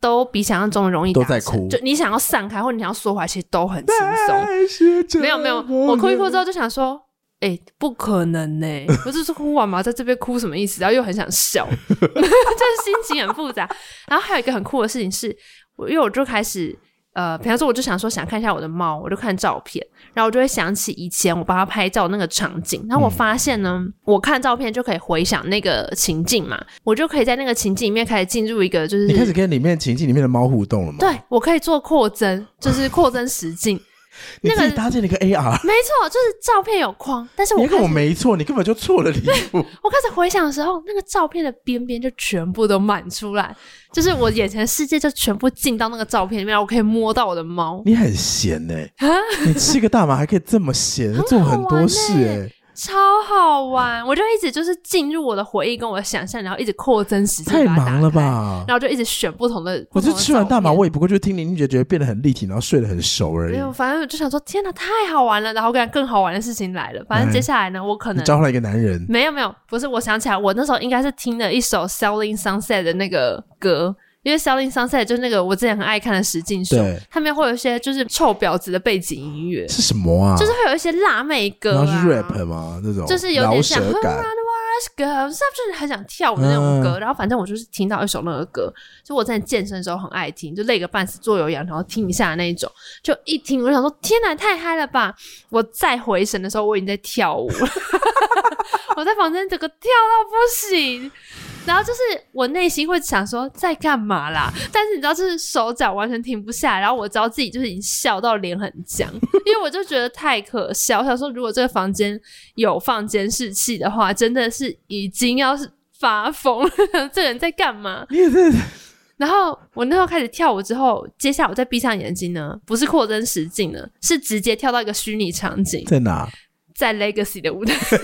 Speaker 2: 都比想象中的容易
Speaker 1: 都
Speaker 2: 达
Speaker 1: 在
Speaker 2: 成
Speaker 1: 哭
Speaker 2: 就你想要散开或你想要缩回来，其实都很轻松。
Speaker 1: 松
Speaker 2: 没有 没有，我哭一哭之后就想说，哎、不可 能呢、我就是哭完嘛，在这边哭什么意思？然后又很想笑， 就是心情很复杂。然后还有一个很酷的事情是，我因为我就开始。呃，比方说，我就想说想看一下我的猫，我就看照片，然后我就会想起以前我帮它拍照那个场景。然后
Speaker 1: 嗯
Speaker 2: 我发现呢，我看照片就可以回想那个情境嘛，我就可以在那个情境里面开始进入一个就是
Speaker 1: 你开始跟里面情境里面的猫互动了吗？，
Speaker 2: 对我可以做扩增，就是扩增实境。
Speaker 1: 你自
Speaker 2: 那
Speaker 1: 己
Speaker 2: 个
Speaker 1: 搭建了一个 AR，
Speaker 2: 没错，就是照片有框，但是我
Speaker 1: 你
Speaker 2: 开
Speaker 1: 跟
Speaker 2: 始
Speaker 1: 我没错，你根本就错了礼 物。
Speaker 2: 我开始回想的时候，那个照片的边边就全部都满出来，就是我眼前的世界就全部进到那个照片里面，我可以摸到我的猫，
Speaker 1: 你很闲呢、
Speaker 2: 啊
Speaker 1: 你吃个大麻还可以这么闲，做很多
Speaker 2: 欸
Speaker 1: 事哎、
Speaker 2: 超好玩。我就一直就是进入我的回忆跟我的想象，然后一直扩增实际，
Speaker 1: 欸太忙了
Speaker 2: 把它打开？
Speaker 1: 吧！
Speaker 2: 然后就一直选不同的，
Speaker 1: 我就吃完大麻，
Speaker 2: 不同的照
Speaker 1: 我也不过就听林俊杰觉得变得很立体，然后睡得很熟而
Speaker 2: 片
Speaker 1: 已
Speaker 2: 没。有，反正我就想说，天哪，太好玩了！然后跟更好玩的事情来了。反正接下来呢，我可
Speaker 1: 哎你
Speaker 2: 能
Speaker 1: 召唤了一个男人，
Speaker 2: 没有没有，不是，我想起来，我那时候应该是听了一首《Selling Sunset》的那个歌，因为《Selling Sunset》就是那个我之前很爱看的实境秀
Speaker 1: 对，
Speaker 2: 他们会有一些就是臭婊子的背景音乐，
Speaker 1: 是什么啊？
Speaker 2: 就是会有一些辣妹歌、
Speaker 1: 然
Speaker 2: 啊，
Speaker 1: 后是 rap 吗？那种
Speaker 2: 就是有点像
Speaker 1: 饶舌感。
Speaker 2: Girls，就是很想跳舞的那种
Speaker 1: 嗯
Speaker 2: 歌。然后反正我就是听到一首那个歌，就我在健身的时候很爱听，就累个半死做有氧，然后听一下那一种。就一听我就想说，天哪，太嗨了吧！我再回神的时候，我已经在跳舞 了，我在房间整个跳到不行。然后就是我内心会想说在干嘛啦，但是你知道，就是手脚完全停不下来。然后我知道自己就是已经笑到脸很僵，因为我就觉得太可笑。我想说，如果这个房间有放监视器的话，真的是已经要是发疯了。 这人在干嘛？
Speaker 1: 你也是
Speaker 2: 然后我那时候开始跳舞之后，接下来我再闭上眼睛呢，不是扩增实境呢，是直接跳到一个虚拟场景，
Speaker 1: 在哪？
Speaker 2: 在 Legacy 的舞台。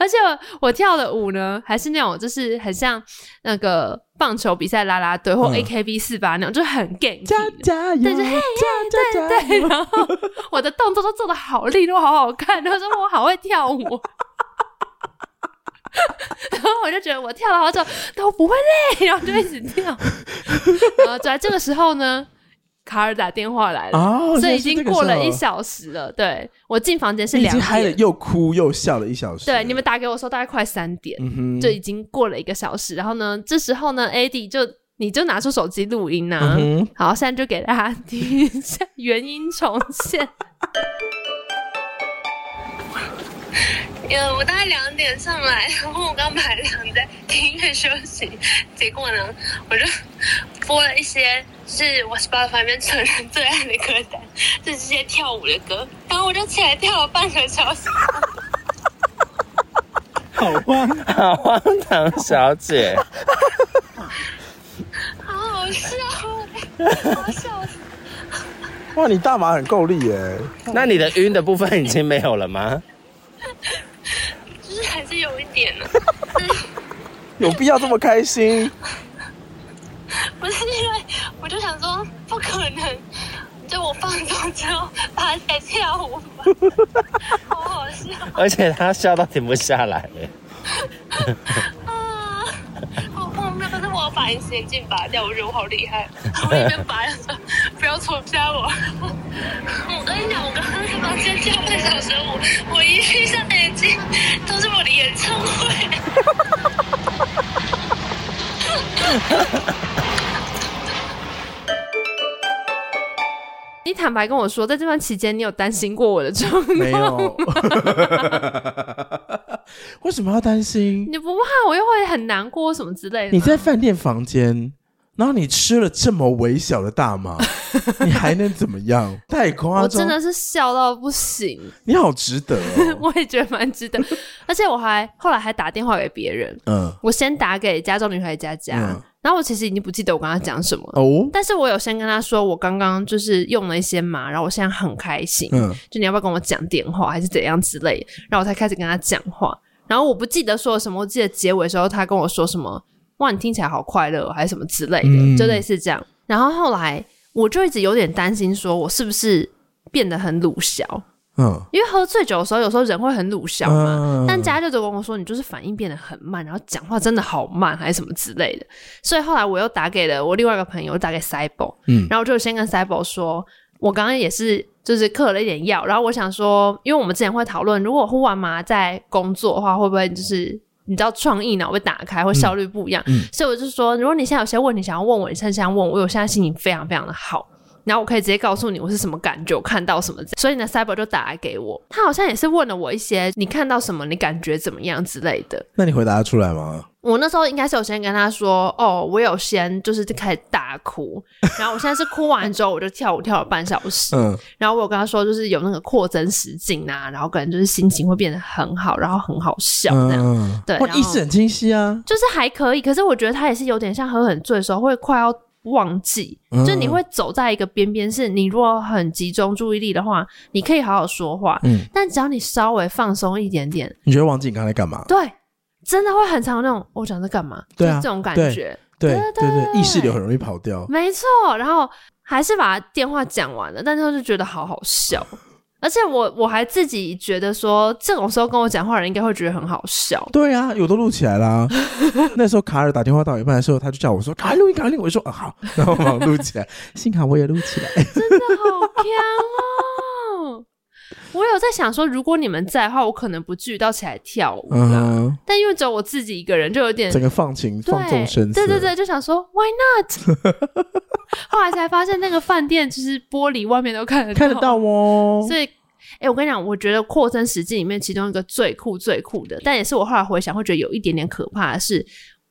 Speaker 2: 而且我我跳的舞呢，还是那种就是很像那个棒球比赛啦啦队或
Speaker 1: 嗯
Speaker 2: AKB 四八那种，就很 gang
Speaker 1: 加加油！
Speaker 2: 对就嘿嘿
Speaker 1: 加加加
Speaker 2: 对，
Speaker 1: 油！
Speaker 2: 然后我的动作都做的好利落，好好看，然后说我好会跳舞， 然后我就觉得我跳了好久都不会累，然后就一直跳，然后就在这个时候呢，卡尔打电话来 了。
Speaker 1: 哦，
Speaker 2: 所以
Speaker 1: 原来
Speaker 2: 已
Speaker 1: 是这
Speaker 2: 经
Speaker 1: 个
Speaker 2: 过了一
Speaker 1: 时
Speaker 2: 小时了，对我进房间是
Speaker 1: 候，你已
Speaker 2: 两
Speaker 1: 经嗨了，
Speaker 2: 点，
Speaker 1: 又哭又笑了一小时。
Speaker 2: 对你们打给我的时候大概快三点，
Speaker 1: 嗯哼，
Speaker 2: 就已经过了一个小时。然后呢，这时候呢，AD 就你就拿出手机录音啊，
Speaker 1: 嗯哼，
Speaker 2: 好，现在就给大家听一下原音重现。
Speaker 3: 呃，我大概两点上来，然后我刚买两在听音乐休息，结果呢，我就播了一些是我 Spotify 里面成人最爱的歌单，就是这些跳舞的歌，然后我就起来跳了半个小时。
Speaker 1: 好哇，
Speaker 4: 好 荒唐小姐，
Speaker 3: 好好笑欸，好笑死！
Speaker 1: 哇，你大麻很够力耶！
Speaker 4: 那你的晕的部分已经没有了吗？
Speaker 3: 就是还是有一点呢、
Speaker 1: 有必要这么开 心？
Speaker 3: 不是因为我就想说不可能，就我放松之后爬起来跳舞吧，好好笑
Speaker 4: 而且她笑到停不下来了。
Speaker 3: 啊！好荒谬！可是我要把隐形眼镜拔掉，我觉得我好厉 害。我一边拔，说不要戳瞎我。我跟你讲，我刚刚在房间跳半小时舞，我一闭上眼睛，都是我的演唱会。
Speaker 2: 你坦白跟我说，在这段期间，你有担心过我的状
Speaker 1: 没
Speaker 2: 况？
Speaker 1: 有， 为什么要担心？
Speaker 2: 你不怕我又会很难啊过什么之类的吗？
Speaker 1: 你在饭店房间，然后你吃了这么微小的大麻，你还能怎么样？太夸
Speaker 2: 我
Speaker 1: 张！
Speaker 2: 真的是笑到不行，
Speaker 1: 你好值得、 哦。
Speaker 2: 我也觉得蛮 值得。而且我还后来还打电话给别人，
Speaker 1: 嗯，
Speaker 2: 我先打给加州女孩佳佳，
Speaker 1: 嗯
Speaker 2: 然后我其实已经不记得我跟她讲什么了，
Speaker 1: 哦，
Speaker 2: 但是我有先跟她说我刚刚就是用了一些麻，然后我现在很开心，
Speaker 1: 嗯
Speaker 2: 就你要不要跟我讲电话还是怎样之类的，然后我才开始跟她讲话。然后我不记得说什么，我记得结尾的时候她跟我说什么，哇，你听起来好快乐哦，还是什么之类的，
Speaker 1: 嗯
Speaker 2: 就类似这样。然后后来我就一直有点担心，说我是不是变得很鲁小，
Speaker 1: 嗯，
Speaker 2: 因为喝醉酒的时候有时候人会很鲁小嘛。
Speaker 1: 嗯
Speaker 2: 但佳就只跟我说，你就是反应变得很慢，然后讲话真的好慢，还是什么之类的。所以后来我又打给了我另外一个朋友，打给 Cybo，
Speaker 1: 嗯
Speaker 2: 然后我就先跟 Cybo 说，我刚刚也是就是嗑了一点药，然后我想说，因为我们之前会讨论，如果呼完麻在工作的话，会不会就是。你知道创意脑被打开，会效率不一样，
Speaker 1: 嗯嗯
Speaker 2: 所以我就说，如果你现在有些问题想要问我，你趁现在问我，我现在心情非常非常的好，然后我可以直接告诉你我是什么感觉，我看到什么。所以呢，Cyber 就打来给我，他好像也是问了我一些你看到什么，你感觉怎么样之类的。
Speaker 1: 那你回答得出来吗？
Speaker 2: 我那时候应该是有先跟他说，哦，我有先就是开始大哭， 然后我现在是哭完之后我就跳舞跳了半小时，
Speaker 1: 嗯
Speaker 2: 然后我有跟他说就是有那个扩增实境啊，然后可能就是心情会变得很好，然后很好笑这样。
Speaker 1: 嗯，
Speaker 2: 对
Speaker 1: 哇，
Speaker 2: 然后
Speaker 1: 意识很清晰啊。
Speaker 2: 就是还可以，可是我觉得他也是有点像喝很醉的时候会快要忘记，
Speaker 1: 嗯
Speaker 2: 就你会走在一个边边，是你如果很集中注意力的话，你可以好好说话，
Speaker 1: 嗯，
Speaker 2: 但只要你稍微放松一点点，
Speaker 1: 你觉得王景刚才干嘛？
Speaker 2: 对，真的会很常有那种我讲在干嘛，
Speaker 1: 对啊
Speaker 2: 就是这种感
Speaker 1: 对
Speaker 2: 觉，
Speaker 1: 对
Speaker 2: 对
Speaker 1: 对对，
Speaker 2: 对
Speaker 1: 意识流很容易跑掉。
Speaker 2: 没错。然后还是把电话讲完了，但是我就觉得好好笑。而且我我还自己觉得说，这种时候跟我讲话的人应该会觉得很好笑，
Speaker 1: 对啊，有都录起来 啦。那时候卡尔打电话到一半的时候，他就叫我说：“卡尔录音，卡尔录音。”我就说：“啊好。”然后我忙录起 来，幸好我也录起来。
Speaker 2: 真的好强哦！ 我有在想说，如果你们在的话，我可能不至于到起来跳舞啦。
Speaker 1: 嗯，
Speaker 2: 但因为只有我自己一个人，就有点
Speaker 1: 整个放晴
Speaker 2: 对
Speaker 1: 放纵声色，
Speaker 2: 对对对，就想说 Why not？后来才发现那个饭店就是玻璃外面都看得
Speaker 1: 看得到哦。
Speaker 2: 所以，哎、我跟你讲，我觉得《扩增实境》里面其中一个最酷、最酷的，但也是我后来回想会觉得有一点点可怕的是，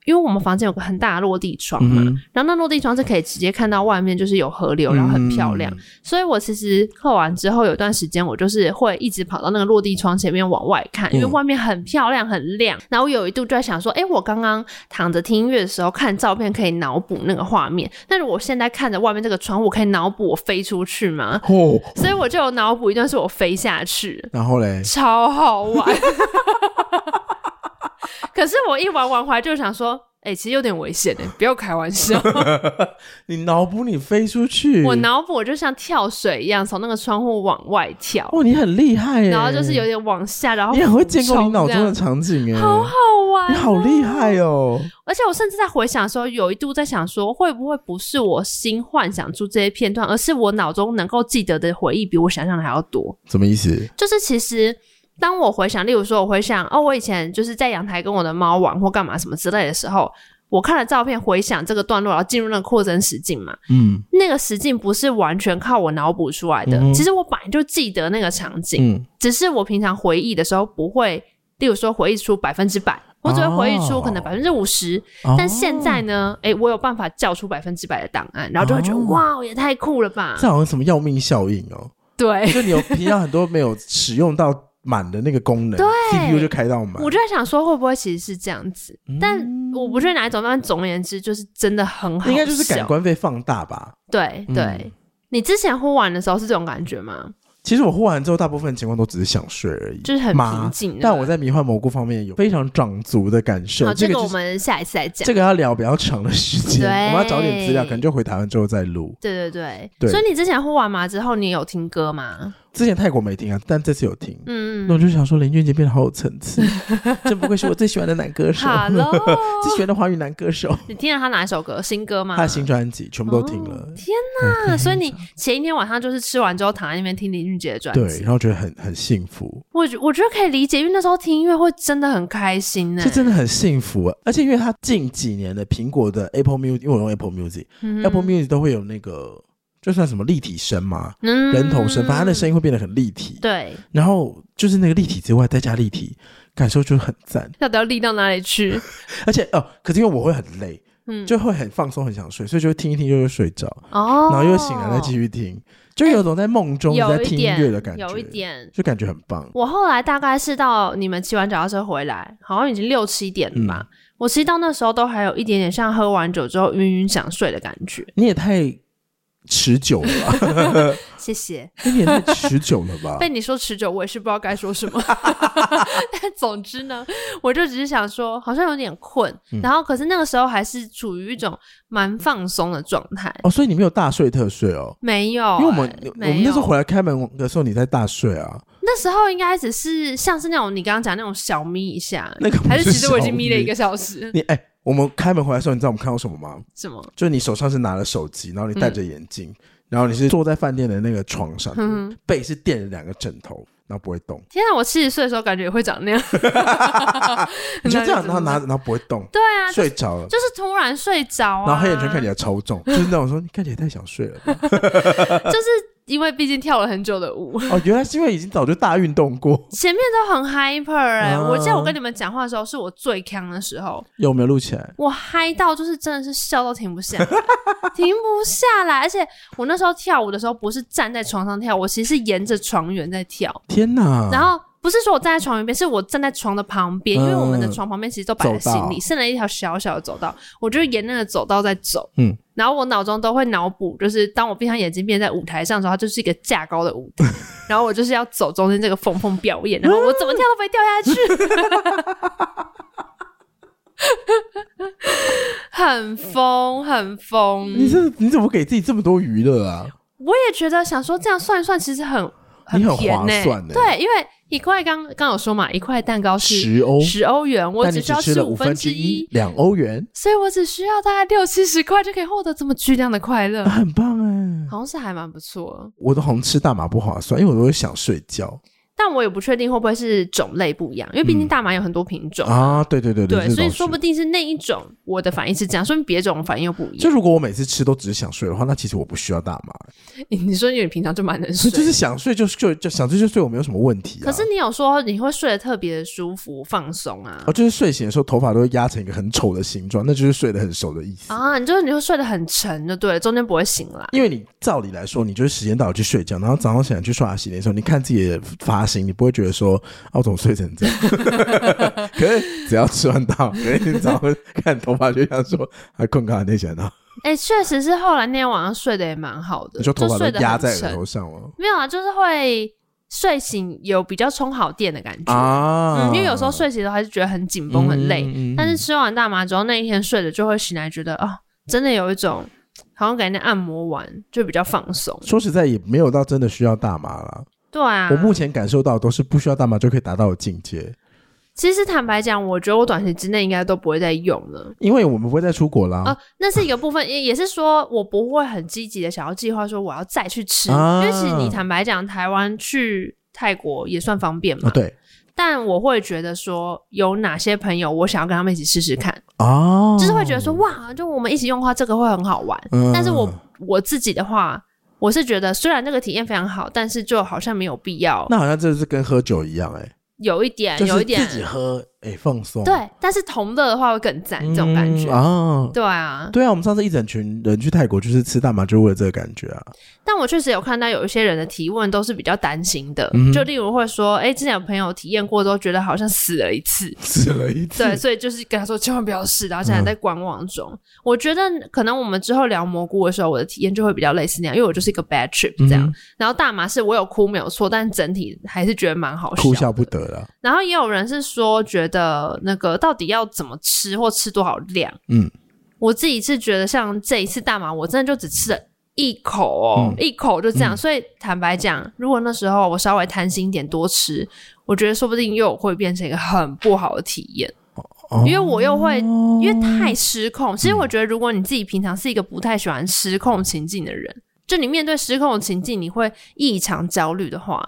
Speaker 2: 因为我们房间有个很大的落地窗嘛，
Speaker 1: 嗯哼
Speaker 2: 然后那落地窗是可以直接看到外面，就是有河流，然后很漂亮。
Speaker 1: 嗯
Speaker 2: 所以我其实刻完之后有一段时间，我就是会一直跑到那个落地窗前面往外看，因为
Speaker 1: 嗯
Speaker 2: 外面很漂亮、很亮。然后我有一度就在想说，哎、我刚刚躺着听音乐的时候看照片可以脑补那个画面，但是我现在看着外面这个窗，我可以脑补我飞出去吗？
Speaker 1: 哦，
Speaker 2: 所以我就有脑补一段是我飞下去，
Speaker 1: 然后嘞，
Speaker 2: 超好玩。可是我一玩完回来就想说，哎、其实有点危险哎、不要开玩笑。
Speaker 1: 嗯你脑补你飞出去，
Speaker 2: 我脑补我就像跳水一样从那个窗户往外跳，
Speaker 1: 哦哇，你很厉害耶！
Speaker 2: 然后就是有点往下，然后
Speaker 1: 嗯你很会建构你脑中的
Speaker 2: 俯冲这样
Speaker 1: 场景哎，
Speaker 2: 好好玩
Speaker 1: 你
Speaker 2: 哦、
Speaker 1: 好厉害哦！
Speaker 2: 而且我甚至在回想的时候，有一度在想说，会不会不是我新幻想出这些片段，而是我脑中能够记得的回忆比我想象的还要多。
Speaker 1: 什么意思？
Speaker 2: 就是其实当我回想，例如说我回想哦，我以前就是在阳台跟我的猫玩或干嘛什么之类的时候，我看了照片回想这个段落，然后进入那个扩增实境嘛，
Speaker 1: 嗯
Speaker 2: 那个实境不是完全靠我脑补出来的，
Speaker 1: 嗯哼
Speaker 2: 其实我本来就记得那个场景，
Speaker 1: 嗯，
Speaker 2: 只是我平常回忆的时候不会，例如说回忆出百分之百。我只会回忆出可能
Speaker 1: 哦
Speaker 2: 百分之五十，
Speaker 1: 哦
Speaker 2: 但现在呢，诶、我有办法叫出百分之百的档案，然后就会觉得、
Speaker 1: 哦
Speaker 2: 哇，也太酷了吧！
Speaker 1: 这好像什么要命效应 哦，
Speaker 2: 对，
Speaker 1: 就你有平常很多没有使用到满的那个功能，CPU 就开到满，
Speaker 2: 我就在想说，会不会其实是这样子？
Speaker 1: 嗯
Speaker 2: 但我不确定哪一种，但总而言之，就是真的很好，
Speaker 1: 应该就是感。官被放大吧。
Speaker 2: 对
Speaker 1: 嗯
Speaker 2: 对，你之前呼完的时候是这种感觉吗？
Speaker 1: 其实我呼完之后，大部分情况都只是想睡而已，
Speaker 2: 就是很
Speaker 1: 麻
Speaker 2: 平静。啊
Speaker 1: 但我在迷幻蘑菇方面有非常长足的感受，
Speaker 2: 好，这
Speaker 1: 个
Speaker 2: 个
Speaker 1: 就
Speaker 2: 我
Speaker 1: 是
Speaker 2: 们下一次再讲。
Speaker 1: 这个要聊比较长的时间，
Speaker 2: 对
Speaker 1: 我们要找点资料，可能就回台湾之后再录。
Speaker 2: 对对对，
Speaker 1: 对
Speaker 2: 所以你之前呼完麻之后，你有听歌吗？
Speaker 1: 之前泰国没听啊，但这次有听。
Speaker 2: 嗯
Speaker 1: 那我就想说，林俊杰变得好有层 次，真不愧是我最喜欢的男
Speaker 2: 嗯
Speaker 1: 歌手，
Speaker 2: ，Hello，
Speaker 1: 最喜欢的华语男歌手。
Speaker 2: 你听了他哪一首歌？新歌吗？
Speaker 1: 他的新专辑全部都听了
Speaker 2: 哦，天哪！所以你前一天晚上就是吃完之后躺在那边听林俊杰的专
Speaker 1: 对，
Speaker 2: 辑
Speaker 1: 然，后觉得很很幸福，
Speaker 2: 我觉我觉得可以理解，因为那时候听音乐会真的很开心呢、
Speaker 1: 这真的很幸福啊。而且因为他近几年的苹果的 Apple Music，因为我用 Apple Music，Apple
Speaker 2: 嗯
Speaker 1: Music 都会有那个就算什么立体声嘛，
Speaker 2: 嗯
Speaker 1: 人头声，反正他的声音会变得很立体。
Speaker 2: 对，
Speaker 1: 然后就是那个立体之外再加立体，感受就很赞。
Speaker 2: 到底要立到哪里去？
Speaker 1: 而且哦，可是因为我会很累，
Speaker 2: 嗯，
Speaker 1: 就会很放松，很想睡，所以就听一听就会睡着，
Speaker 2: 哦，
Speaker 1: 然后又醒来再继续听，就有种在梦中在
Speaker 2: 有一
Speaker 1: 听音
Speaker 2: 点
Speaker 1: 乐的感觉，
Speaker 2: 有一点。
Speaker 1: 就感觉很棒。
Speaker 2: 我后来大概是到你们骑完脚踏车回来，好像已经六七点了吧。
Speaker 1: 嗯
Speaker 2: 我其实到那时候都还有一点点像喝完酒之后晕晕想睡的感觉。
Speaker 1: 你也太持久了吧？ 哎
Speaker 2: 谢谢，
Speaker 1: 你也太持久了吧？
Speaker 2: 被你说持久，我也是不知道该说什么。 但总之呢，我就只是想说，好像有点困，
Speaker 1: 嗯
Speaker 2: 然后可是那个时候还是处于一种蛮放松的状态。
Speaker 1: 哦，所以你没有大睡特睡哦。
Speaker 2: 没有欸、
Speaker 1: 因为我们我
Speaker 2: 没有
Speaker 1: 们那时候回来开门的时候，你在大睡啊，
Speaker 2: 那时候应该只是像是那种你刚刚讲那种小眯一下，
Speaker 1: 那个不
Speaker 2: 还是其
Speaker 1: 是
Speaker 2: 实我已
Speaker 1: 小
Speaker 2: 经眯了
Speaker 1: 眯
Speaker 2: 一个小时，
Speaker 1: 你哎、我们开门回来的时候，你知道我们看到什么吗？
Speaker 2: 什么？
Speaker 1: 就是你手上是拿了手机，然后你戴着眼镜，然后你是坐在饭店的那个床上，
Speaker 2: 嗯
Speaker 1: 背是垫着两个枕头，然后不会 动，
Speaker 2: 天啊，我七十岁的时候感觉也会长那样。
Speaker 1: 你就这样，
Speaker 2: 那
Speaker 1: 然后拿着，然后不会动，
Speaker 2: 对啊，
Speaker 1: 睡着了。
Speaker 2: 就是突然睡着啊，
Speaker 1: 然后黑眼圈看起来超重，就是那种说你看起来太想睡了吧。
Speaker 2: 就是因为毕竟跳了很久的舞，
Speaker 1: 哦，原来是因为已经早就大运动过，
Speaker 2: 前面都很 hyper 哎、
Speaker 1: 啊
Speaker 2: 我记得我跟你们讲话的时候是我最强的时候，
Speaker 1: 有没有录起来？
Speaker 2: 我嗨到就是真的是笑到停不下来， 停不下来，而且我那时候跳舞的时候不是站在床上跳，我其实是沿着床缘在跳，
Speaker 1: 天哪！
Speaker 2: 然后。不是说我站在床边，是我站在床的旁边，因为我们的
Speaker 1: 嗯嗯
Speaker 2: 床旁边其实都摆了
Speaker 1: 走
Speaker 2: 行
Speaker 1: 道
Speaker 2: 李，剩了一条小小的走道，我就沿那个走道在走。
Speaker 1: 嗯，
Speaker 2: 然后我脑中都会脑补，就是当我闭上眼睛变成在舞台上的时候，它就是一个架高的 舞台，然后我就是要走中间这个缝缝表演，然后我怎么跳都不会掉下去， 很疯，很疯。
Speaker 1: 你这你怎么给自己这么多娱乐啊？
Speaker 2: 我也觉得想说这样算一算，其实很
Speaker 1: 你很
Speaker 2: 便宜、
Speaker 1: 划算欸
Speaker 2: 对，因为一块刚刚有说嘛，一块蛋糕是
Speaker 1: 10欧
Speaker 2: 十欧元，我
Speaker 1: 但你
Speaker 2: 只需要
Speaker 1: 吃了
Speaker 2: 五
Speaker 1: 五
Speaker 2: 分
Speaker 1: 分
Speaker 2: 之
Speaker 1: 之
Speaker 2: 一
Speaker 1: 一，两欧元，
Speaker 2: 所以我只需要大概六七十块就可以获得这么巨量的快乐
Speaker 1: 啊，很棒哎！
Speaker 2: 好像是还蛮不错。
Speaker 1: 我都红吃大麻不划算，因为我都会想睡觉
Speaker 2: 但我也不确定会不会是种类不一样，因为毕竟
Speaker 1: 嗯
Speaker 2: 大麻有很多品种，
Speaker 1: 啊。对对对
Speaker 2: 对，
Speaker 1: 这
Speaker 2: 所以
Speaker 1: 倒是
Speaker 2: 说不定是那一种我的反应是这样，说明别种反应又不一
Speaker 1: 就
Speaker 2: 样。
Speaker 1: 如果我每次吃都只是想睡的话，那其实我不需要大麻，
Speaker 2: 你说你平常就蛮能
Speaker 1: 所
Speaker 2: 睡
Speaker 1: 以
Speaker 2: 的，
Speaker 1: 就是想睡就就就想睡就睡，我没有什么问题啊。
Speaker 2: 可是你有说你会睡得特别舒服、放松啊
Speaker 1: 哦，？就是睡醒的时候头发都会压成一个很丑的形状，那就是睡得很熟的意思。
Speaker 2: 啊，你就是你会睡得很沉就对了，中间不会醒来。
Speaker 1: 因为你照理来说，你就是时间到了去睡觉，然后早上起来去刷牙洗脸的时候，你看自己的发型，你不会觉得说啊，我怎么睡成 这样？可是只要吃完 大麻，每天早上看头发就想说，啊，困卡那些呢？
Speaker 2: 哎、确实是后来那天晚上睡得也蛮好的，
Speaker 1: 你说头发
Speaker 2: 就
Speaker 1: 都
Speaker 2: 睡得
Speaker 1: 压
Speaker 2: 很
Speaker 1: 在
Speaker 2: 沉
Speaker 1: 额头上哦吗？
Speaker 2: 没有啊，就是会睡醒有比较充好电的感觉。
Speaker 1: 啊、
Speaker 2: 嗯，因为有时候睡醒的时候还是觉得很紧绷、很累，
Speaker 1: 嗯嗯嗯
Speaker 2: 但是吃完大麻之后那一天睡了就会醒来，觉得啊，真的有一种好像感觉那按摩完就比较放松。
Speaker 1: 说实在也没有到真的需要大麻啦。
Speaker 2: 对啊，
Speaker 1: 我目前感受到都是不需要大麻就可以达到的境界，
Speaker 2: 其实坦白讲，我觉得我短期之内应该都不会再用了。
Speaker 1: 因为我们不会再出国啦。
Speaker 2: 啊，那是一个部分，也也是说我不会很积极的想要计划说我要再去吃，
Speaker 1: 啊
Speaker 2: 因为其实你坦白讲，台湾去泰国也算方便嘛。
Speaker 1: 啊，。对
Speaker 2: 但我会觉得说，有哪些朋友我想要跟他们一起试试看，
Speaker 1: 哦，
Speaker 2: 就是会觉得说，哇，就我们一起用的话，这个会很好玩。
Speaker 1: 嗯
Speaker 2: 但是我我自己的话，我是觉得虽然这个体验非常好，但是就好像没有必要，
Speaker 1: 那好像这是跟喝酒一样、欸，
Speaker 2: 有一点，
Speaker 1: 就是
Speaker 2: 有一点
Speaker 1: 自己喝，哎、放松，
Speaker 2: 对。但是同乐的话会更赞，这种感觉。
Speaker 1: 嗯啊。
Speaker 2: 对啊，
Speaker 1: 对啊，我们上次一整群人去泰国，就是吃大麻，就是为了这个感觉啊。
Speaker 2: 但我确实有看到有一些人的提问都是比较担心的，
Speaker 1: 嗯哼
Speaker 2: 就例如会说，哎、之前有朋友体验过之后觉得好像死了一 次，
Speaker 1: 吃了一次，
Speaker 2: 对，所以就是跟他说千万不要试，然后现在在观望中。我觉得可能我们之后聊蘑菇的时候，我的体验就会比较类似那样，因为我就是一个 bad trip 这样。
Speaker 1: 嗯
Speaker 2: 然后大麻是我有哭没有错，但整体还是觉得蛮好笑，
Speaker 1: 哭笑不。得了。
Speaker 2: 然后也有人是说觉得那个到底要怎么吃或吃多少量，
Speaker 1: 嗯，
Speaker 2: 我自己是觉得，像这一次大麻，我真的就只吃了一口哦，
Speaker 1: 嗯
Speaker 2: 一口就这样。所以坦白讲，如果那时候我稍微贪心一点多吃，我觉得说不定又会变成一个很不好的体验，
Speaker 1: 哦
Speaker 2: 因为我又会。因为太失控，其实我觉得，如果你自己平常是一个不太喜欢失控情境的人，就你面对失控的情境，你会异常焦虑的话，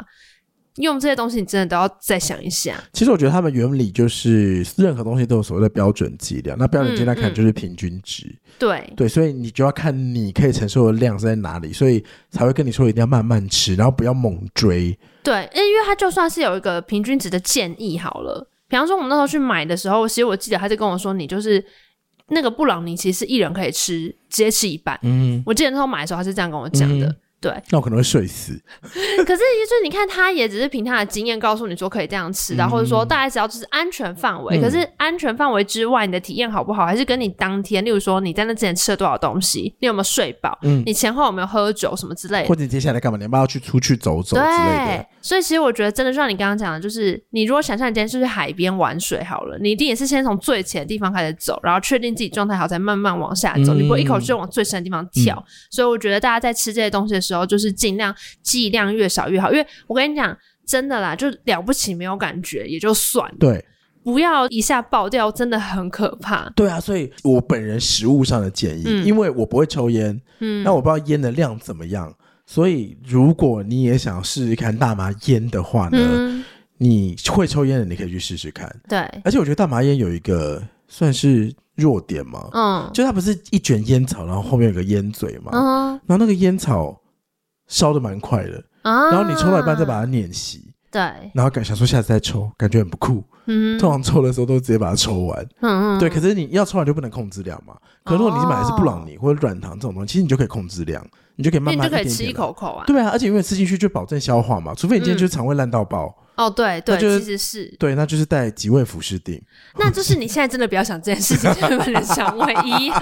Speaker 2: 用这些东西，你真的都要再想一下。
Speaker 1: 其实我觉得他们原理就是任何东西都有所谓的标准剂量，那标准剂量
Speaker 2: 嗯
Speaker 1: 可能就是平均值。
Speaker 2: 对，
Speaker 1: 对，所以你就要看你可以承受的量是在哪里，所以才会跟你说一定要慢慢吃，然后不要猛追。
Speaker 2: 对，因为它就算是有一个平均值的建议好了，比方说我们那时候去买的时候，其实我记得他就跟我说，你就是那个布朗尼其实是一人可以吃，直接吃一半。
Speaker 1: 嗯，
Speaker 2: 我记得那时候买的时候，他是这样跟我讲的。
Speaker 1: 嗯
Speaker 2: 对，
Speaker 1: 那我可能会睡死。
Speaker 2: 可是就是你看，他也只是凭他的经验告诉你说可以这样吃，然后或者说大概只要就是安全范围。
Speaker 1: 嗯
Speaker 2: 可是安全范围之外，你的体验好不好，还是跟你当天，例如说你在那之前吃了多少东西，你有没有睡饱，
Speaker 1: 嗯
Speaker 2: 你前后有没有喝酒什么之类的
Speaker 1: 或。者你接下来干嘛？你要不要去出去走走之类
Speaker 2: 对
Speaker 1: 的？，
Speaker 2: 所以其实我觉得真的，就像你刚刚讲的，就是你如果想象你今天是去海边玩水好了，你一定也是先从最浅的地方开始走，然后确定自己状态好，再慢慢往下走。
Speaker 1: 嗯
Speaker 2: 你不会一口气就往最深的地方跳。所以我觉得大家在吃这些东西的时候，就是尽量剂量越少越好，因为我跟你讲。真的啦，就了不起没有感觉也就算了，
Speaker 1: 对
Speaker 2: 不要一下爆掉，真的很可怕。
Speaker 1: 对啊，所以我本人食物上的建议，
Speaker 2: 嗯
Speaker 1: 因为我不会抽烟，
Speaker 2: 嗯
Speaker 1: 那我不知道烟的量怎么样，所以如果你也想试试看大麻烟的话呢，
Speaker 2: 嗯，
Speaker 1: 你会抽烟的你可以去试试看。
Speaker 2: 对，
Speaker 1: 而且我觉得大麻烟有一个算是弱点嘛，
Speaker 2: 嗯
Speaker 1: 就它不是一卷烟草，然后后面有个烟嘴嘛，
Speaker 2: 嗯
Speaker 1: 然后那个烟草烧的蛮快的，
Speaker 2: 啊，
Speaker 1: 然后你抽到一半再把它碾熄，
Speaker 2: 对，
Speaker 1: 然后感想说下次再抽，感觉很不酷。
Speaker 2: 嗯
Speaker 1: 通常抽的时候都直接把它抽完，
Speaker 2: 嗯嗯，
Speaker 1: 对。可是你要抽完就不能控制量嘛。可是如果你是买的是布朗尼或者软糖这种东西，其实你就可以控制量，你就可以
Speaker 2: 哦那
Speaker 1: 慢
Speaker 2: 你
Speaker 1: 慢
Speaker 2: 就
Speaker 1: 一
Speaker 2: 可
Speaker 1: 点
Speaker 2: 以吃一
Speaker 1: 点来
Speaker 2: 口。口啊，
Speaker 1: 对啊，而且因为吃进去就保证消化嘛，除非你今天就是肠胃烂到爆，
Speaker 2: 哦，对对，
Speaker 1: 那就是
Speaker 2: 其实是，
Speaker 1: 对，那就是带几味服饰定。
Speaker 2: 那就是你现在真的不要想这件事 情，就是不能想唯一好，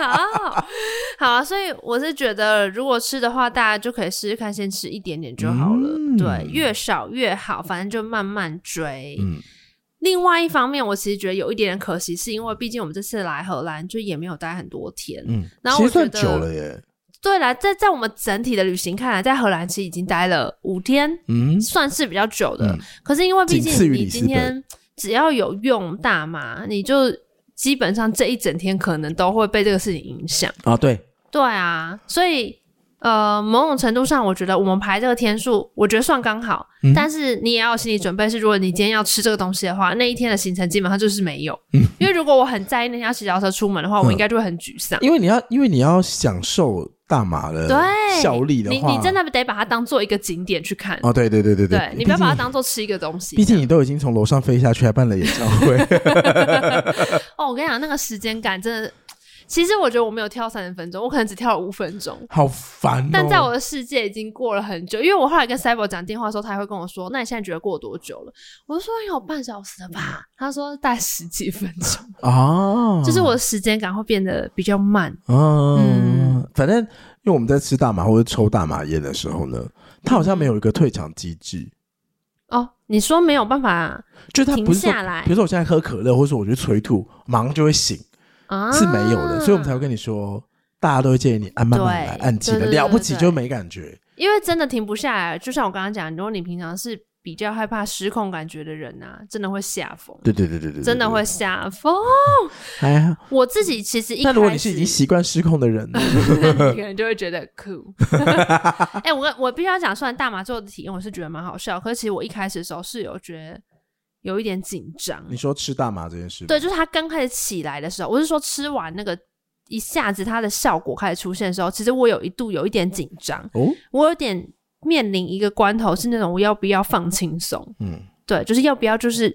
Speaker 2: 好啊。所以我是觉得，如果吃的话，大家就可以试试看，先吃一点点就好了，
Speaker 1: 嗯
Speaker 2: 对，越少越好，反正就慢慢追。
Speaker 1: 嗯，
Speaker 2: 另外一方面，我其实觉得有一点点可惜，是因为毕竟我们这次来荷兰就也没有待很多天。
Speaker 1: 嗯，
Speaker 2: 然后
Speaker 1: 其
Speaker 2: 我
Speaker 1: 实算
Speaker 2: 觉得
Speaker 1: 久了耶。
Speaker 2: 对啦，在在我们整体的旅行看来，在荷兰其实已经待了五天，
Speaker 1: 嗯，
Speaker 2: 算是比较久的。
Speaker 1: 嗯
Speaker 2: 可是因为毕
Speaker 1: 仅次
Speaker 2: 竟
Speaker 1: 于
Speaker 2: 你
Speaker 1: 里斯
Speaker 2: 今天只要有用大麻，你就基本上这一整天可能都会被这个事情影响。
Speaker 1: 啊，对，
Speaker 2: 对啊，所以呃，某种程度上，我觉得我们排这个天数，我觉得算刚好。
Speaker 1: 嗯
Speaker 2: 但是你也要有心理准备，是如果你今天要吃这个东西的话，那一天的行程基本上就是没有。
Speaker 1: 嗯
Speaker 2: 因为如果我很在意那天要骑脚踏车出门的话，我应该就会很沮丧。
Speaker 1: 因为你要，因为你要享受大麻的
Speaker 2: 对，
Speaker 1: 效力的
Speaker 2: 你
Speaker 1: 话，
Speaker 2: 你真的得把它当做一个景点去看。
Speaker 1: 哦，对对对对
Speaker 2: 对你不要把它
Speaker 1: 毕竟
Speaker 2: 当做吃一个东西。
Speaker 1: 毕竟你都已经从楼上飞下去，还办了演唱 会，
Speaker 2: 哦，我跟你讲，那个时间感真的，其实我觉得我没有跳三十分钟，我可能只跳了五分钟。
Speaker 1: 好烦哦。
Speaker 2: 但在我的世界已经过了很久，因为我后来跟 Cyber 讲电话的时候，他还会跟我说：“那你现在觉得过了多久了？”我就说：“有半小时了吧？”他说：“大概十几分钟。
Speaker 1: 啊，
Speaker 2: 就是我的时间感会变得比较慢。
Speaker 1: 嗯，反正因为我们在吃大麻或者抽大麻烟的时候呢，它好像没有一个退场机制，
Speaker 2: 哦，你说没有办法
Speaker 1: 就是它
Speaker 2: 停
Speaker 1: 不是说
Speaker 2: 下，来
Speaker 1: 比如说我现在喝可乐，或者说我去催吐，马上就会醒，
Speaker 2: 啊？
Speaker 1: 是没有的，所以我们才会跟你说。大家都会建议你按慢慢来，
Speaker 2: 对
Speaker 1: 按急
Speaker 2: 对
Speaker 1: 的
Speaker 2: 对对
Speaker 1: 了不起
Speaker 2: 对
Speaker 1: 就没感觉。
Speaker 2: 因为真的停不下来。就像我刚刚讲，如果你平常是比较害怕失控感觉的人啊，真的会吓疯，
Speaker 1: 对对对对对，对
Speaker 2: 真的会。吓疯。
Speaker 1: 哎呀，
Speaker 2: 我自己其实一开
Speaker 1: 那
Speaker 2: 始，
Speaker 1: 如果你是已经习惯失控的 人呢，
Speaker 2: 你可能就会觉得酷。哎、我跟我必须要讲，虽然大麻做的体验我是觉得蛮好笑，可是其实我一开始的时候是有觉得有一点紧张。
Speaker 1: 你说吃大麻这件事，
Speaker 2: 对，，就是它刚开始起来的时候，我是说吃完那个一下子它的效果开始出现的时候，其实我有一度有一点紧张，
Speaker 1: 哦，
Speaker 2: 我有点面临一个关头，是那种我要不要放轻松？
Speaker 1: 嗯
Speaker 2: 对，就是要不要就是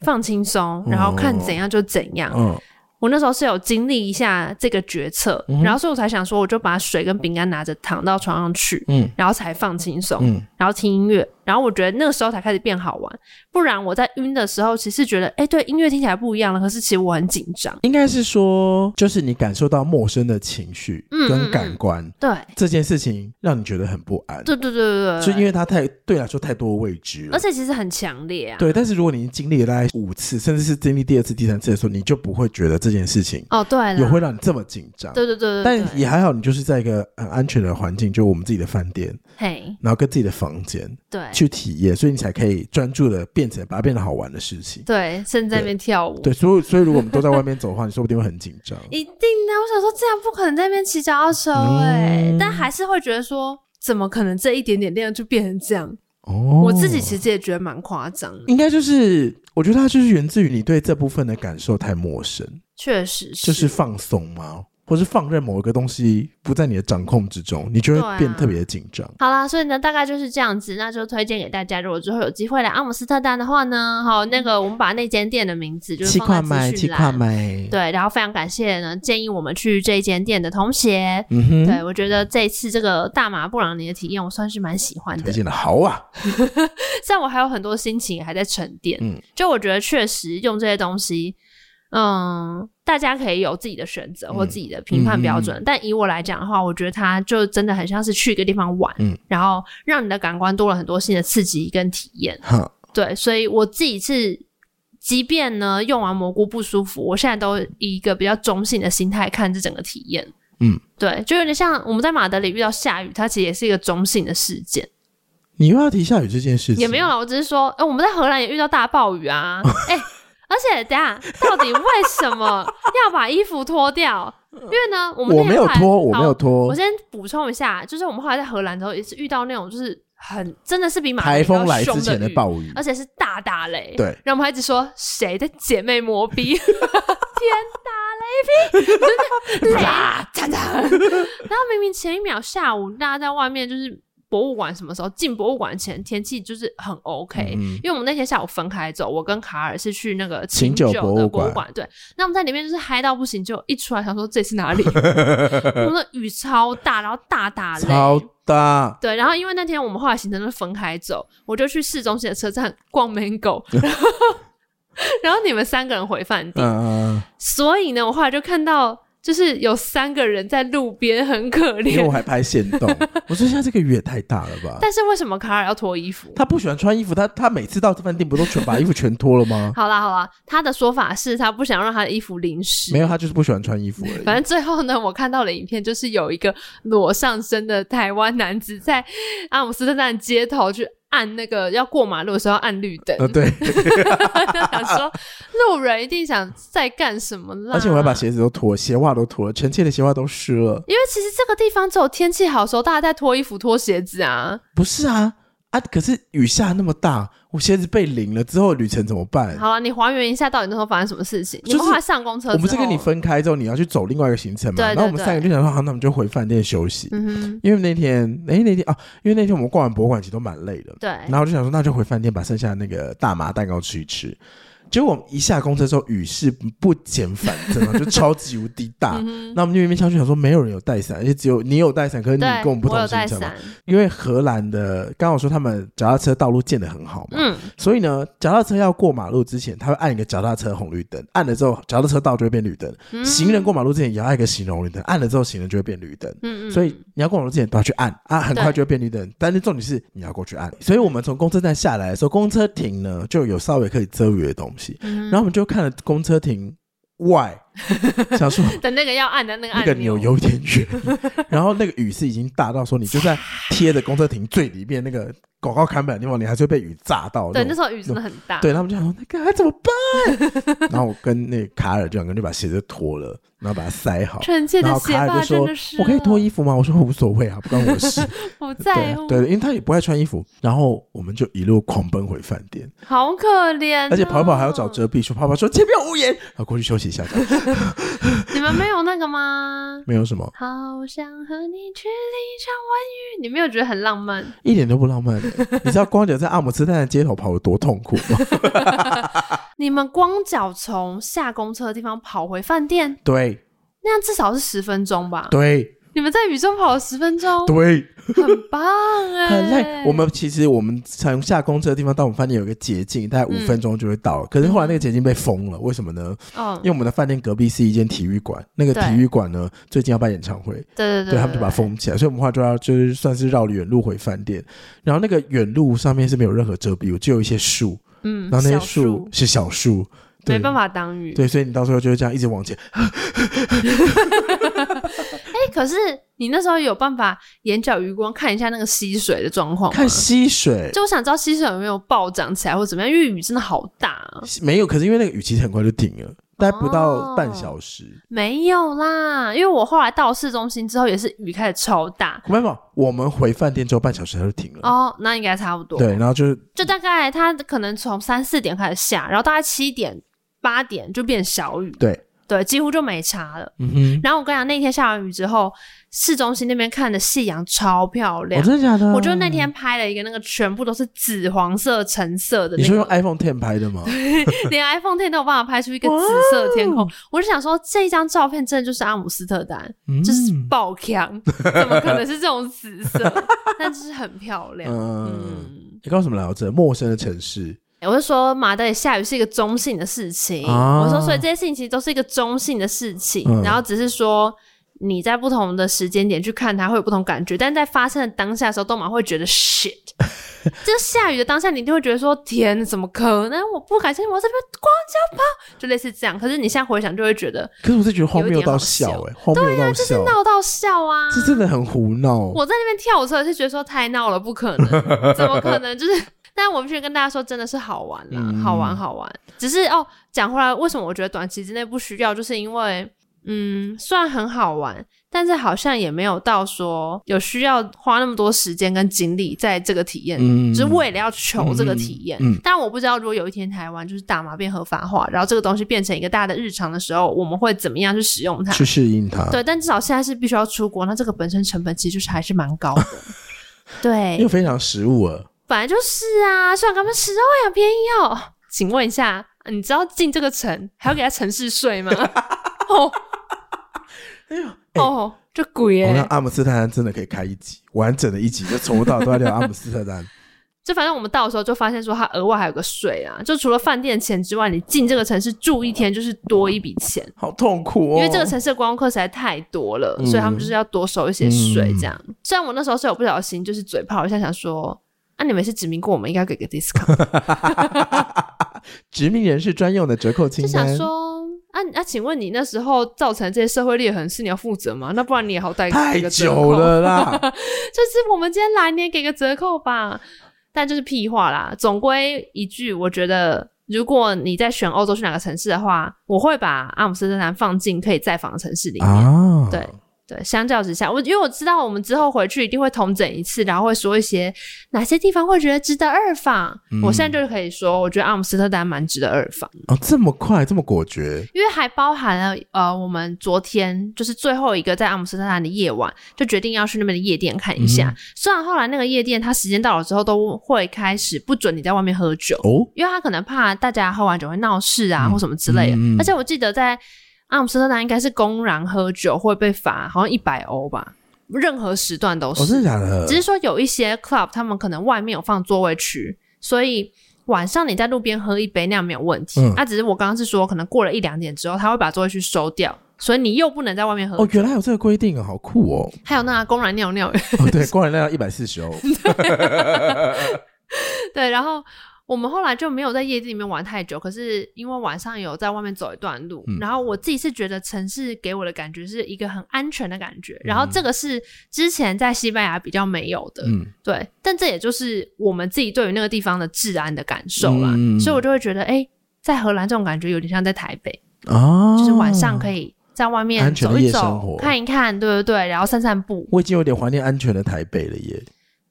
Speaker 2: 放轻松，然后看怎样就怎样。
Speaker 1: 嗯，
Speaker 2: 我那时候是有经历一下这个决策，
Speaker 1: 嗯哼
Speaker 2: 然后所以我才想说，我就把水跟饼干拿着躺到床上去，
Speaker 1: 嗯
Speaker 2: 然后才放轻松，
Speaker 1: 嗯
Speaker 2: 然后听音乐，然后我觉得那个时候才开始变好玩。不然我在晕的时候，其实觉得，哎、对，音乐听起来不一样了，可是其实我很紧张。
Speaker 1: 应该是说，就是你感受到陌生的情绪
Speaker 2: 嗯
Speaker 1: 跟感官、
Speaker 2: 对，
Speaker 1: 这件事情，让你觉得很不安，
Speaker 2: 对对对对对，
Speaker 1: 就因为它太对你来说太多未知了
Speaker 2: 而。且其实很强烈啊。
Speaker 1: 对，但是如果你已经经历了大概五次，甚至是经历第二次、第三次的时候，你就不会觉得这件事情
Speaker 2: 哦，对了，
Speaker 1: 也会让你这么紧张。
Speaker 2: 对对对对，
Speaker 1: 但
Speaker 2: 对
Speaker 1: 也还好，你就是在一个很安全的环境，就我们自己的饭店，
Speaker 2: 嘿，
Speaker 1: 然后跟自己的房间
Speaker 2: 对
Speaker 1: 去体验，所以你才可以专注的变成把它变得好玩的事情。
Speaker 2: 对，甚至在那边跳舞，
Speaker 1: 对，所以所以如果我们都在外面走的话，你说不定会很紧张。
Speaker 2: 一定的。我想说，这样不可能在那边骑脚踏车哎、
Speaker 1: 嗯
Speaker 2: 但还是会觉得说，怎么可能这一点点量就变成这样？
Speaker 1: 哦，
Speaker 2: 我自己其实也觉得蛮夸张的，
Speaker 1: 应该就是，我觉得它就是源自于你对这部分的感受太陌生，
Speaker 2: 确实
Speaker 1: 就是放松吗？或是放任某一个东西不在你的掌控之中，你就
Speaker 2: 对啊
Speaker 1: 会变特别的紧张。
Speaker 2: 好啦，所以呢，大概就是这样子，那就推荐给大家。如果之后有机会来阿姆斯特丹的话呢，好，那个我们把那间店的名字就是
Speaker 1: 七块
Speaker 2: 放在
Speaker 1: 买，
Speaker 2: 资
Speaker 1: 七
Speaker 2: 讯
Speaker 1: 块
Speaker 2: 栏。
Speaker 1: 买，，
Speaker 2: 对，然后非常感谢呢，建议我们去这一间店的同学。
Speaker 1: 嗯哼，
Speaker 2: 对我觉得这一次这个大马布朗尼的体验，我算是蛮喜欢的
Speaker 1: 推。荐的好啊，
Speaker 2: 虽然我还有很多心情还在沉淀，
Speaker 1: 嗯
Speaker 2: 就我觉得确实用这些东西，嗯，大家可以有自己的选择或
Speaker 1: 嗯
Speaker 2: 自己的评判标准，但以我来讲的话，我觉得它就真的很像是去一个地方玩，
Speaker 1: 嗯
Speaker 2: 然后让你的感官多了很多新的刺激跟体验，
Speaker 1: 哈，
Speaker 2: 对，所以我自己是。即便呢用完蘑菇不舒服，我现在都以一个比较中性的心态看这整个体验。
Speaker 1: 嗯，
Speaker 2: 对，就有点像我们在马德里遇到下雨，它其实也是一个中性的事件。
Speaker 1: 你又要提下雨这件事情，
Speaker 2: 也没有啦，我只是说，哎、我们在荷兰也遇到大暴雨 啊，哎、而且等一下，到底为什么要把衣服脱 掉？因为呢，我们
Speaker 1: 我
Speaker 2: 那
Speaker 1: 没
Speaker 2: 天
Speaker 1: 有
Speaker 2: 后来
Speaker 1: 脱，我没有
Speaker 2: 好
Speaker 1: 脱
Speaker 2: 我，先补充一下，就是我们后来在荷兰之后也是遇到那种就是很真的是比马德里
Speaker 1: 台风来之
Speaker 2: 要凶
Speaker 1: 前
Speaker 2: 的
Speaker 1: 的
Speaker 2: 雨，
Speaker 1: 暴雨
Speaker 2: 而，且是大打雷。
Speaker 1: 嗯对
Speaker 2: 然后我们还一直说谁在姐妹 磨逼，天打雷劈，雷
Speaker 1: 啊
Speaker 2: 惨惨。然后明明前一秒下午大家在外面就是博物馆什么时候进博物馆前天气就是很 OK，、
Speaker 1: 嗯
Speaker 2: 因为我们那天下午分开走，我跟卡尔是去那个
Speaker 1: 琴
Speaker 2: 酒
Speaker 1: 酒
Speaker 2: 的
Speaker 1: 博
Speaker 2: 物
Speaker 1: 物馆
Speaker 2: 对，那我们在里面就是嗨到不行，就一出来想说这是 哪里？我们的雨超大，然后大打雷，
Speaker 1: 超大，
Speaker 2: 对，然后因为那天我们后来行程都分开走，我就去市中心的车站 逛 Mango，然后然后你们三个人回饭店，
Speaker 1: 嗯、嗯
Speaker 2: 所以呢，我后来就看到就是有三个人在路边很可
Speaker 1: 因为哎我
Speaker 2: 怜，
Speaker 1: 还拍线 动，我说现在这个雨也太大了吧。
Speaker 2: 但是为什么卡尔要脱衣服？
Speaker 1: 他不喜欢穿衣服，他他每次到饭店不都全把衣服全脱了吗？
Speaker 2: 好啦好啦，他的说法是他不想让他的衣服淋湿，
Speaker 1: 没有，他就是不喜欢穿衣服而已。
Speaker 2: 反正最后呢，我看到了影片，就是有一个裸上身的台湾男子在阿姆斯特丹街头去按那个要过马路的时候按绿灯，
Speaker 1: 呃，对，
Speaker 2: 就想说路人一定想在干什么啦。
Speaker 1: 而且我还把鞋子都脱，鞋袜都脱了，臣妾的鞋袜都湿了。
Speaker 2: 因为其实这个地方只有天气好的时候，大家在脱衣服、脱鞋子啊。
Speaker 1: 不是啊啊！可是雨下那么大，我鞋子被淋了之后，旅程怎么办？
Speaker 2: 好了，你还原一下到底那时候发生什么事情？
Speaker 1: 就是
Speaker 2: 你们后来上公车之后，
Speaker 1: 我们是跟你，分开之后，你要去走另外一个行程嘛？
Speaker 2: 对对
Speaker 1: 然后我们三个就想说，好，那我们就回饭店休息。
Speaker 2: 嗯哼，
Speaker 1: 因为那天，哎、那天啊，因为那天我们逛完博物馆，其实都蛮累的。
Speaker 2: 对，
Speaker 1: 然后我就想说，那就回饭店把剩下的那个大麻蛋糕吃一吃。结果我们一下公车之后，雨势不减反增 啊，就超级无敌
Speaker 2: 嗯
Speaker 1: 大。那我们就面面相觑，想说没有人有带伞，而且只有你有带伞，可是你
Speaker 2: 对，
Speaker 1: 跟我们不同
Speaker 2: 有
Speaker 1: 行
Speaker 2: 带
Speaker 1: 程嘛
Speaker 2: 伞。，
Speaker 1: 因为荷兰的，刚刚我说他们脚踏车道路建得很好嘛，
Speaker 2: 嗯，
Speaker 1: 所以呢，脚踏车要过马路之前，他会按一个脚踏车红绿灯，按了之后脚踏车道就会变绿灯。
Speaker 2: 嗯
Speaker 1: 行人过马路之前也要按一个行人红绿灯，按了之后行人就会变绿灯。
Speaker 2: 嗯嗯，
Speaker 1: 所以你要过马路之前都要去按啊，很快就会变绿灯。但是重点是你要过去按。所以我们从公车站下来的时候，公车亭呢就有稍微可以遮雨的东西，
Speaker 2: 嗯
Speaker 1: 然后我们就看了公车亭 外，想说
Speaker 2: 等那个要按的那个
Speaker 1: 那
Speaker 2: 按
Speaker 1: 个钮有点远， 然后那个雨是已经大到说你就在贴着公车亭最里面那个广告看板的地方，你还是会被雨炸到。
Speaker 2: 对，那时候雨真的很大，
Speaker 1: 对，他们就想说那个还怎么 办？然后我跟那个卡尔就两个人就把鞋子脱了，然后把它塞好。
Speaker 2: 臣妾
Speaker 1: 然
Speaker 2: 的
Speaker 1: 后
Speaker 2: 鞋
Speaker 1: 卡尔
Speaker 2: 吧
Speaker 1: 就
Speaker 2: 真
Speaker 1: 说
Speaker 2: 的是：“哦
Speaker 1: 我可以脱衣服吗？”我说：“无所谓啊，不关我事。
Speaker 2: 不
Speaker 1: 对
Speaker 2: 在”哦乎，
Speaker 1: 对，因为他也不爱穿衣服。然后我们就一路狂奔回饭店，
Speaker 2: 好可怜哦。
Speaker 1: 而且跑一跑还要找遮蔽处。跑跑说：“前面有屋檐。”然后过去休息一下，这样
Speaker 2: 你们没有那个吗？
Speaker 1: 没有什么，
Speaker 2: 好想和你去一场欢愉，你没有觉得很浪漫？
Speaker 1: 一点都不浪漫。 你知道光脚在阿姆斯特丹的街头跑有多痛苦吗？
Speaker 2: 你们光脚从下公车的地方跑回饭店，
Speaker 1: 对
Speaker 2: 那样至少是十分钟吧？
Speaker 1: 对
Speaker 2: 你们在雨中跑了十分钟，
Speaker 1: 对，
Speaker 2: 很棒哎、
Speaker 1: 很累。我们其实我们从下公车的地方到我们饭店有一个捷径，大概五
Speaker 2: 嗯
Speaker 1: 分钟就会到了。可是后来那个捷径被封了，为什么呢？
Speaker 2: 嗯
Speaker 1: 因，为我们的饭店隔壁是一间体育馆，那个
Speaker 2: 对
Speaker 1: 体育馆呢最近要办演唱会，
Speaker 2: 对对对
Speaker 1: 对他们就把它。封起来，所以我们后来就要就是算是绕了远路回饭店。然后那个远路上面是没有任何遮蔽物，只有一些树，
Speaker 2: 嗯，
Speaker 1: 然后那些
Speaker 2: 小树
Speaker 1: 是小树，对
Speaker 2: 没办。法哦挡雨。
Speaker 1: 对，所以你到时候就会这样一直往前。
Speaker 2: 哎、可是你那时候有办法眼角余光看一下那个溪水的状况吗？
Speaker 1: 看溪水，
Speaker 2: 就我想知道溪水有没有暴涨起来或怎么样，因为雨真的好大啊、
Speaker 1: 没有，可是因为那个雨其实很快就停了，大概不
Speaker 2: 哦
Speaker 1: 到半小时。
Speaker 2: 没有啦，因为我后来到市中心之后也是雨开始超大
Speaker 1: 没有，没有我们回饭店之后半小时它就停了。
Speaker 2: 哦，那应该差不多。
Speaker 1: 对，，然后就是
Speaker 2: 就大概它可能从三四点开始下，然后大概七点八点就变小雨。
Speaker 1: 对，
Speaker 2: 对，几乎就没差了。
Speaker 1: 嗯哼，
Speaker 2: 然后我跟你讲，那天下完雨之后，市中心那边看的夕阳超漂
Speaker 1: 哦，
Speaker 2: 亮。
Speaker 1: 真的假的？
Speaker 2: 啊我就那天拍了一个那个全部都是紫黄色、橙色的、
Speaker 1: 你
Speaker 2: 那
Speaker 1: 说
Speaker 2: 个，
Speaker 1: 用 iPhone Ten 拍的吗？
Speaker 2: 连 iPhone Ten 都有办法拍出一个紫色的天空。我就想说，这一张照片真的就是阿姆斯特丹，
Speaker 1: 哦嗯
Speaker 2: 就是爆强，怎么可能是这种紫色？ 但就是很漂亮。
Speaker 1: 嗯，
Speaker 2: 嗯，
Speaker 1: 你刚刚怎么聊到这？陌生的城市，
Speaker 2: 我就说马德里下雨是一个中性的事情，
Speaker 1: 啊
Speaker 2: 我说所以这些事情其实都是一个中性的事情，
Speaker 1: 嗯
Speaker 2: 然后只是说你在不同的时间点去看它会有不同感觉，但在发生的当下的时候，都马会觉 得 shit。就下雨的当下，你一定会觉得说天，怎么可能？我不敢相信我在这边光脚跑，就类似这样。可是你现在回想，就会觉得
Speaker 1: 可是我是觉得荒
Speaker 2: 有
Speaker 1: 谬
Speaker 2: 一点
Speaker 1: 到
Speaker 2: 好
Speaker 1: 笑
Speaker 2: 笑
Speaker 1: 哎、荒谬到笑，
Speaker 2: 闹到笑啊！
Speaker 1: 这真的很胡闹。
Speaker 2: 我在那边跳车就觉得说太闹了，不 可能，怎么可能？就是，但我必须跟大家说，真的是好玩啦，
Speaker 1: 嗯
Speaker 2: 好玩好玩。只是哦，讲回来，为什么我觉得短期之内不需要，就是因为，嗯，虽然很好玩，但是好像也没有到说有需要花那么多时间跟精力在这个体验。
Speaker 1: 嗯
Speaker 2: 只是为了要求这个体验，
Speaker 1: 嗯嗯嗯
Speaker 2: 但我不知道如果有一天台湾就是大麻变合法化，然后这个东西变成一个大的日常的时候，我们会怎么样去使用它？
Speaker 1: 去适应它。
Speaker 2: 对，但至少现在是必须要出国，那这个本身成本其实就是还是蛮高 的。
Speaker 1: 因为
Speaker 2: 对，
Speaker 1: 非常食物了，
Speaker 2: 本来就是啊，虽然他们十万很便宜哦。请问一下，你知道进这个城还要给他城市税 吗？哦哦，这鬼耶、
Speaker 1: 我看阿姆斯特丹真的可以开一集，完整的一集，就从头到尾都在聊阿姆斯特丹。
Speaker 2: 就反正我们到的时候就发现说，它额外还有个税啊，就除了饭店钱之外，你进这个城市住一天就是多一笔钱，
Speaker 1: 好痛苦哦！嗯
Speaker 2: 因为这个城市的观光客实在太多了，所以他们就是要多收一些税这样。虽然我那时候是有不小心就是嘴炮一下，想说。啊！你们是指名过我们，应 该给个 discount，
Speaker 1: 殖民人士专用的折扣
Speaker 2: 就
Speaker 1: 清单，
Speaker 2: 想说啊啊，请问你那时候造成这些社会裂痕是你要负责吗？那不然你也好歹
Speaker 1: 太
Speaker 2: 给个折
Speaker 1: 久
Speaker 2: 扣，
Speaker 1: 了啦。
Speaker 2: 就是我们今天来，你也给个折扣吧。但就是屁话啦，总归一句，我觉得如果你在选欧洲去哪个城市的话，我会把阿姆斯特丹放进可以再访的城市里面。
Speaker 1: 啊，
Speaker 2: 对对，相较之下，我因为我知道我们之后回去一定会统整一次，然后会说一些哪些地方会觉得值得二访。
Speaker 1: 嗯
Speaker 2: 我现在就是可以说，我觉得阿姆斯特丹蛮值得二访，
Speaker 1: 哦，这么快，这么果决，
Speaker 2: 因为还包含了呃，我们昨天就是最后一个在阿姆斯特丹的夜晚，就决定要去那边的夜店看一下。
Speaker 1: 嗯
Speaker 2: 虽然后来那个夜店，它时间到了之后都会开始不准你在外面喝酒，
Speaker 1: 哦，
Speaker 2: 因为他可能怕大家喝完酒会闹事啊，
Speaker 1: 嗯
Speaker 2: 或什么之类的。
Speaker 1: 嗯嗯
Speaker 2: 而且我记得在阿姆斯特丹应该是公然喝酒会被罚，好像一百欧吧，任何时段都
Speaker 1: 哦，真
Speaker 2: 是。
Speaker 1: 的假的？
Speaker 2: 只是说有一些 club 他们可能外面有放座位区，所以。晚上你在路边喝一杯那样没有问题，
Speaker 1: 嗯
Speaker 2: 啊，只是我刚刚是说，可能过了一两点之后，他会把座位区收掉，所以你又不能在外面喝。
Speaker 1: 哦，原来有这个规定啊，好酷哦！
Speaker 2: 还有那公然尿尿，
Speaker 1: 哦， 对，光然量一百四十哦，
Speaker 2: 对，然后我们后来就没有在夜店里面玩太久，可是因为晚上有在外面走一段路，
Speaker 1: 嗯
Speaker 2: 然后我自己是觉得城市给我的感觉是一个很安全的感觉，然后这个是之前在西班牙比较没有的，
Speaker 1: 嗯，
Speaker 2: 对，但这也就是我们自己对于那个地方的治安的感受啦，
Speaker 1: 嗯
Speaker 2: 所以我就会觉得，哎，在荷兰这种感觉有点像在台北，
Speaker 1: 啊，
Speaker 2: 就是晚上可
Speaker 1: 以。
Speaker 2: 以在外面
Speaker 1: 安全的
Speaker 2: 走一
Speaker 1: 夜生
Speaker 2: 走
Speaker 1: 活，
Speaker 2: 看一看，对对对，然后散散步，
Speaker 1: 我已经有点怀念安全的台北了耶。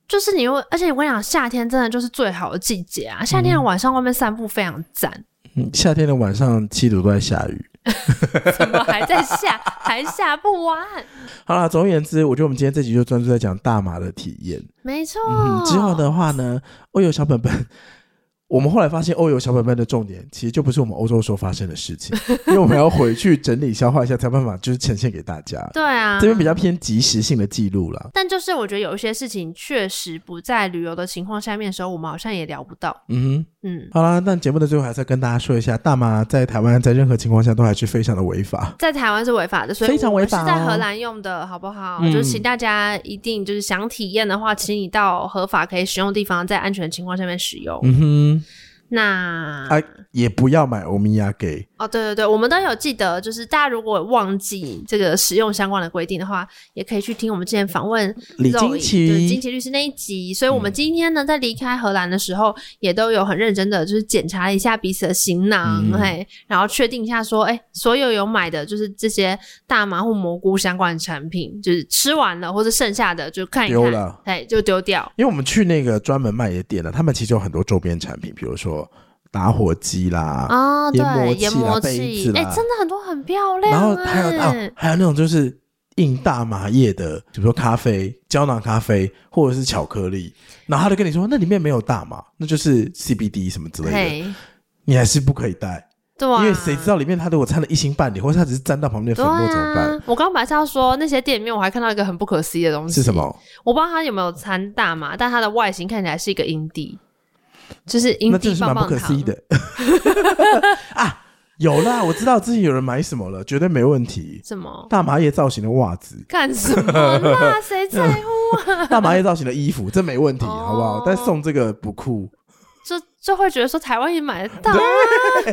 Speaker 2: 就是你会，而且我跟你讲，夏天真的就是最好的季节啊！夏天的晚上外面散步非常赞，
Speaker 1: 嗯夏天的晚上，七度都在下雨。
Speaker 2: 怎么还在下，还下不完？
Speaker 1: 好啦，总而言之，我觉得我们今天这集就专注在讲大麻的体验。
Speaker 2: 没错、
Speaker 1: 嗯，之后的话呢，欧游小本本，我们后来发现欧游小本本的重点其实就不是我们欧洲时候发生的事情，因为我们要回去整理消化一下，才有办法就是呈现给大家。
Speaker 2: 对啊，
Speaker 1: 这边比较。偏即时性的记录啦。
Speaker 2: 但就是我觉得有一些事情确实不在旅游的情况下面的时候，我们好像也聊不到。
Speaker 1: 嗯
Speaker 2: 嗯
Speaker 1: 哼，，好啦，但节目的最后还是要跟大家说一下，大麻在台湾在任何情况下都还是非常的违法。
Speaker 2: 在台湾是违法的，所以
Speaker 1: 非常
Speaker 2: 我们
Speaker 1: 违法哦
Speaker 2: 是在荷兰用的好不好？
Speaker 1: 嗯
Speaker 2: 就请大家一定就是想体验的话，请你到合法可以使用的地方，在安全的情况下面使用。
Speaker 1: 嗯
Speaker 2: 那、
Speaker 1: 哼，啊，也不要买欧米亚给。
Speaker 2: 哦，对对对，我们都有记得，就是大家如果忘记这个使用相关的规定的话，也可以去听我们之前访问
Speaker 1: 李金
Speaker 2: Zoe，
Speaker 1: 奇嗯
Speaker 2: 对金奇律师那一集。所以，我们今天呢，在离开荷兰的时候，也都有很认真的，就是检查了一下彼此的行囊，
Speaker 1: 嗯
Speaker 2: 嘿，然后确定一下说，哎，所有有买的，就是这些大麻或蘑菇相关的产品，就是吃完了或者剩下的就看一
Speaker 1: 丢
Speaker 2: 看
Speaker 1: 了，
Speaker 2: 哎，就丢掉。
Speaker 1: 因为我们去那个专门卖的店呢，他们其实有很多周边产品，比如说打火机啦，
Speaker 2: 啊，
Speaker 1: 研磨
Speaker 2: 对，
Speaker 1: 器
Speaker 2: 研
Speaker 1: 啦
Speaker 2: 磨
Speaker 1: 杯子
Speaker 2: 器，
Speaker 1: 啦
Speaker 2: 哎，真的很多很漂亮，
Speaker 1: 然后还有啊，哦
Speaker 2: 哎
Speaker 1: 还有那种就是印大麻叶的，比如说咖啡、胶囊咖啡或者是巧克力，然后他就跟你说那里面没有大麻，那就是 CBD 什么之类的，
Speaker 2: 嘿，
Speaker 1: 你还是不可以带，
Speaker 2: 对啊，
Speaker 1: 因为谁知道里面它如果掺了一星半点，或者它只是沾到旁边的
Speaker 2: 对
Speaker 1: 粉末怎么
Speaker 2: 啊
Speaker 1: 办？，
Speaker 2: 我刚刚本来是要说那些店里面，我还看到一个很不可思议的东西，
Speaker 1: 是什？么？
Speaker 2: 我不知道它有没有掺大麻，但它的外形看起来是一个阴蒂，就是阴
Speaker 1: 那真
Speaker 2: 蒂
Speaker 1: 的是
Speaker 2: 棒
Speaker 1: 蛮不
Speaker 2: 棒
Speaker 1: 可思
Speaker 2: 糖
Speaker 1: 议。的 啊！有啦，我知道之前有人买什么了，绝对没问题。
Speaker 2: 什么？
Speaker 1: 大麻叶造型的袜子，
Speaker 2: 干什么啦？谁在乎？啊
Speaker 1: 大麻叶造型的衣服，这没问题，
Speaker 2: 哦
Speaker 1: 好不好？但送这个不酷。
Speaker 2: 就就会觉得说台湾也买得到啊，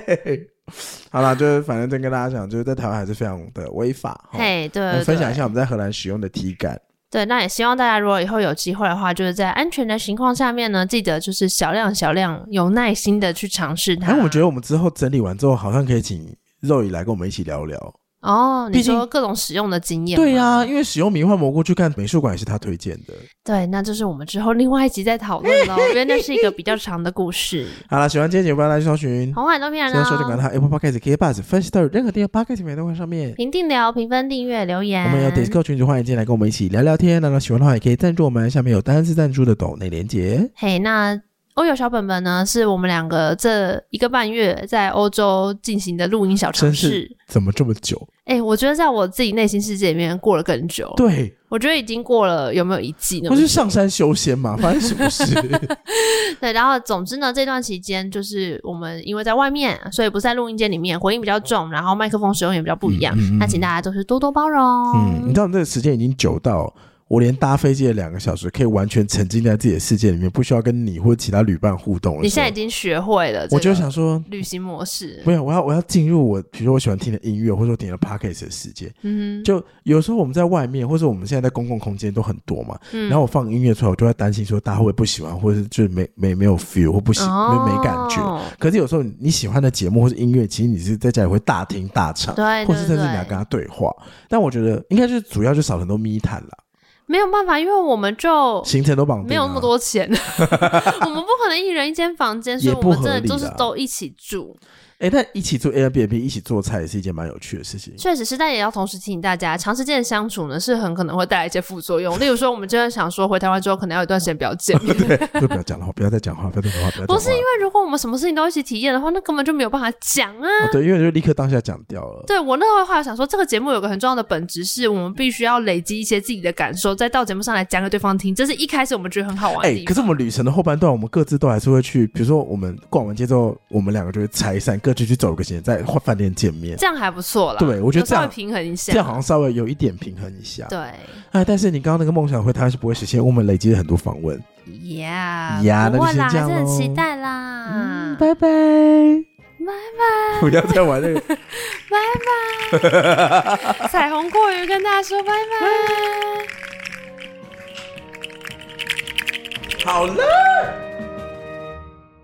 Speaker 1: 嘿嘿， 好啦，就是反正再跟大家讲，就是在台湾还是非常的违法。齁
Speaker 2: 嘿，对
Speaker 1: 我
Speaker 2: 对
Speaker 1: 们分享一
Speaker 2: 对
Speaker 1: 下我们在荷兰使用的体感。
Speaker 2: 对，那也希望大家如果以后有机会的话，就是在安全的情况下面呢，记得就是小量小量，有耐心的去尝试它。
Speaker 1: 哎，我觉得我们之后整理完之后，好像可以请肉姨来跟我们一起聊聊。
Speaker 2: 哦，你
Speaker 1: 毕竟
Speaker 2: 说各种使用的经验，
Speaker 1: 对呀、、因为使用迷幻蘑菇去看美术馆也是他推荐的。
Speaker 2: 对，那就是我们之后另外一集再讨论喽，因为那是一个比较长的 故事。
Speaker 1: 好了，喜欢今天节目，不要大家去搜寻。
Speaker 2: 红海都骗
Speaker 1: 现
Speaker 2: 人
Speaker 1: 在收听管
Speaker 2: 哦，
Speaker 1: 它 Apple Podcast、K Bus、First Story 任何地方 Podcast 平台都会上面。
Speaker 2: 评定聊、评分、订阅、留言，
Speaker 1: 我们有 Discord 群组，欢迎进来跟我们一起聊聊天。那喜欢的话，也可以赞助我们，下面有单次赞助的抖内连接。
Speaker 2: 嘿，那欧游小本本呢，是我们两个这一个半月在欧洲进行的录音小尝
Speaker 1: 真是
Speaker 2: 试。
Speaker 1: 怎么这么久？
Speaker 2: 哎、我觉得在我自己内心世界里面过了更久，
Speaker 1: 对，
Speaker 2: 我觉得已经过了有没有一季呢
Speaker 1: 不？是上山修仙嘛？发生什么事？
Speaker 2: 对，然后总之呢，这段期间就是我们因为在外面，所以不是在录音间里面，回音比较重，然后麦克风使用也比较不一样。
Speaker 1: 嗯嗯嗯
Speaker 2: 那请大家都是多多包容。
Speaker 1: 嗯，你知道我们这个时间已经久到，我连搭飞机的两个小时可以完全沉浸在自己的世界里面，不需要跟你或其他旅伴互动了。
Speaker 2: 你现在已经学会了、
Speaker 1: 我就想说，
Speaker 2: 旅行模式，
Speaker 1: 没有，我要我要进入我，比如说我喜欢听的音乐，或者我听的 podcast 的世界。
Speaker 2: 嗯哼，
Speaker 1: 就有时候我们在外面，或者我们现在在公共空间都很多嘛，
Speaker 2: 嗯
Speaker 1: 然后我放音乐出来，我就在担心说大家会不会不喜欢，或者是就是没没没有 feel 或不喜、没没感觉。
Speaker 2: 哦
Speaker 1: 可是有时候你喜欢的节目或是音乐，其实你是在家里会大听大唱，
Speaker 2: 对，
Speaker 1: 或是甚
Speaker 2: 对
Speaker 1: 至你要
Speaker 2: 对
Speaker 1: 跟他对话。但我觉得应该就是主要就少很多密探啦。
Speaker 2: 没有办法，因为我们就
Speaker 1: 行程都绑定、啊，
Speaker 2: 哦没有那么，多钱， 我们不可能一人一间房 间，所以
Speaker 1: 啊也
Speaker 2: 我
Speaker 1: 不合
Speaker 2: 们
Speaker 1: 理啊
Speaker 2: 真的
Speaker 1: 啦
Speaker 2: 就是都一起住，
Speaker 1: 哎、但一起做 Airbnb，一起做菜也是一件蛮有趣的事 情。
Speaker 2: 确实是，但也要同时提醒大家，长时间的相处呢是很可能会带来一些副 作用，例如说我们真的想说回台湾之后可能要有一段时间不要见面，
Speaker 1: 对，就不要讲了，不要再讲话，不要再讲话，不要再讲话。
Speaker 2: 不是因、为如果我们什么事情都一起体验的话，那根本就没有办法讲啊。
Speaker 1: 哦、对，因为就立刻当下讲掉了。
Speaker 2: 对我那话想说，这个节目有个很重要的本质是我们必须要累积一些自己的感受，再到节目上来讲给对方听，这是一开始我们觉得很好玩的
Speaker 1: 哎、
Speaker 2: 地
Speaker 1: 可
Speaker 2: 方。
Speaker 1: 是我们旅程的后半段，我们各自都还是会去，比如说我们逛完街之后，我们两个就会拆散，各自去走个行，再换饭店见面。
Speaker 2: 这样还不错啦，
Speaker 1: 对我觉得这
Speaker 2: 就稍
Speaker 1: 样
Speaker 2: 微平衡一下，
Speaker 1: 这样好像稍微有一点平衡一下。
Speaker 2: 对。
Speaker 1: 哎，但是你刚刚那个梦想回台湾是不会实现，我们累积了很多访问。
Speaker 2: 呀
Speaker 1: Yeah，
Speaker 2: 不
Speaker 1: 那就
Speaker 2: 会啦，
Speaker 1: 先这样
Speaker 2: 还是很期
Speaker 1: 咯
Speaker 2: 待啦。
Speaker 1: 嗯，拜拜，
Speaker 2: 拜
Speaker 1: 拜，不要再玩 那个。
Speaker 2: 彩虹过于跟大家说拜拜
Speaker 1: 好了。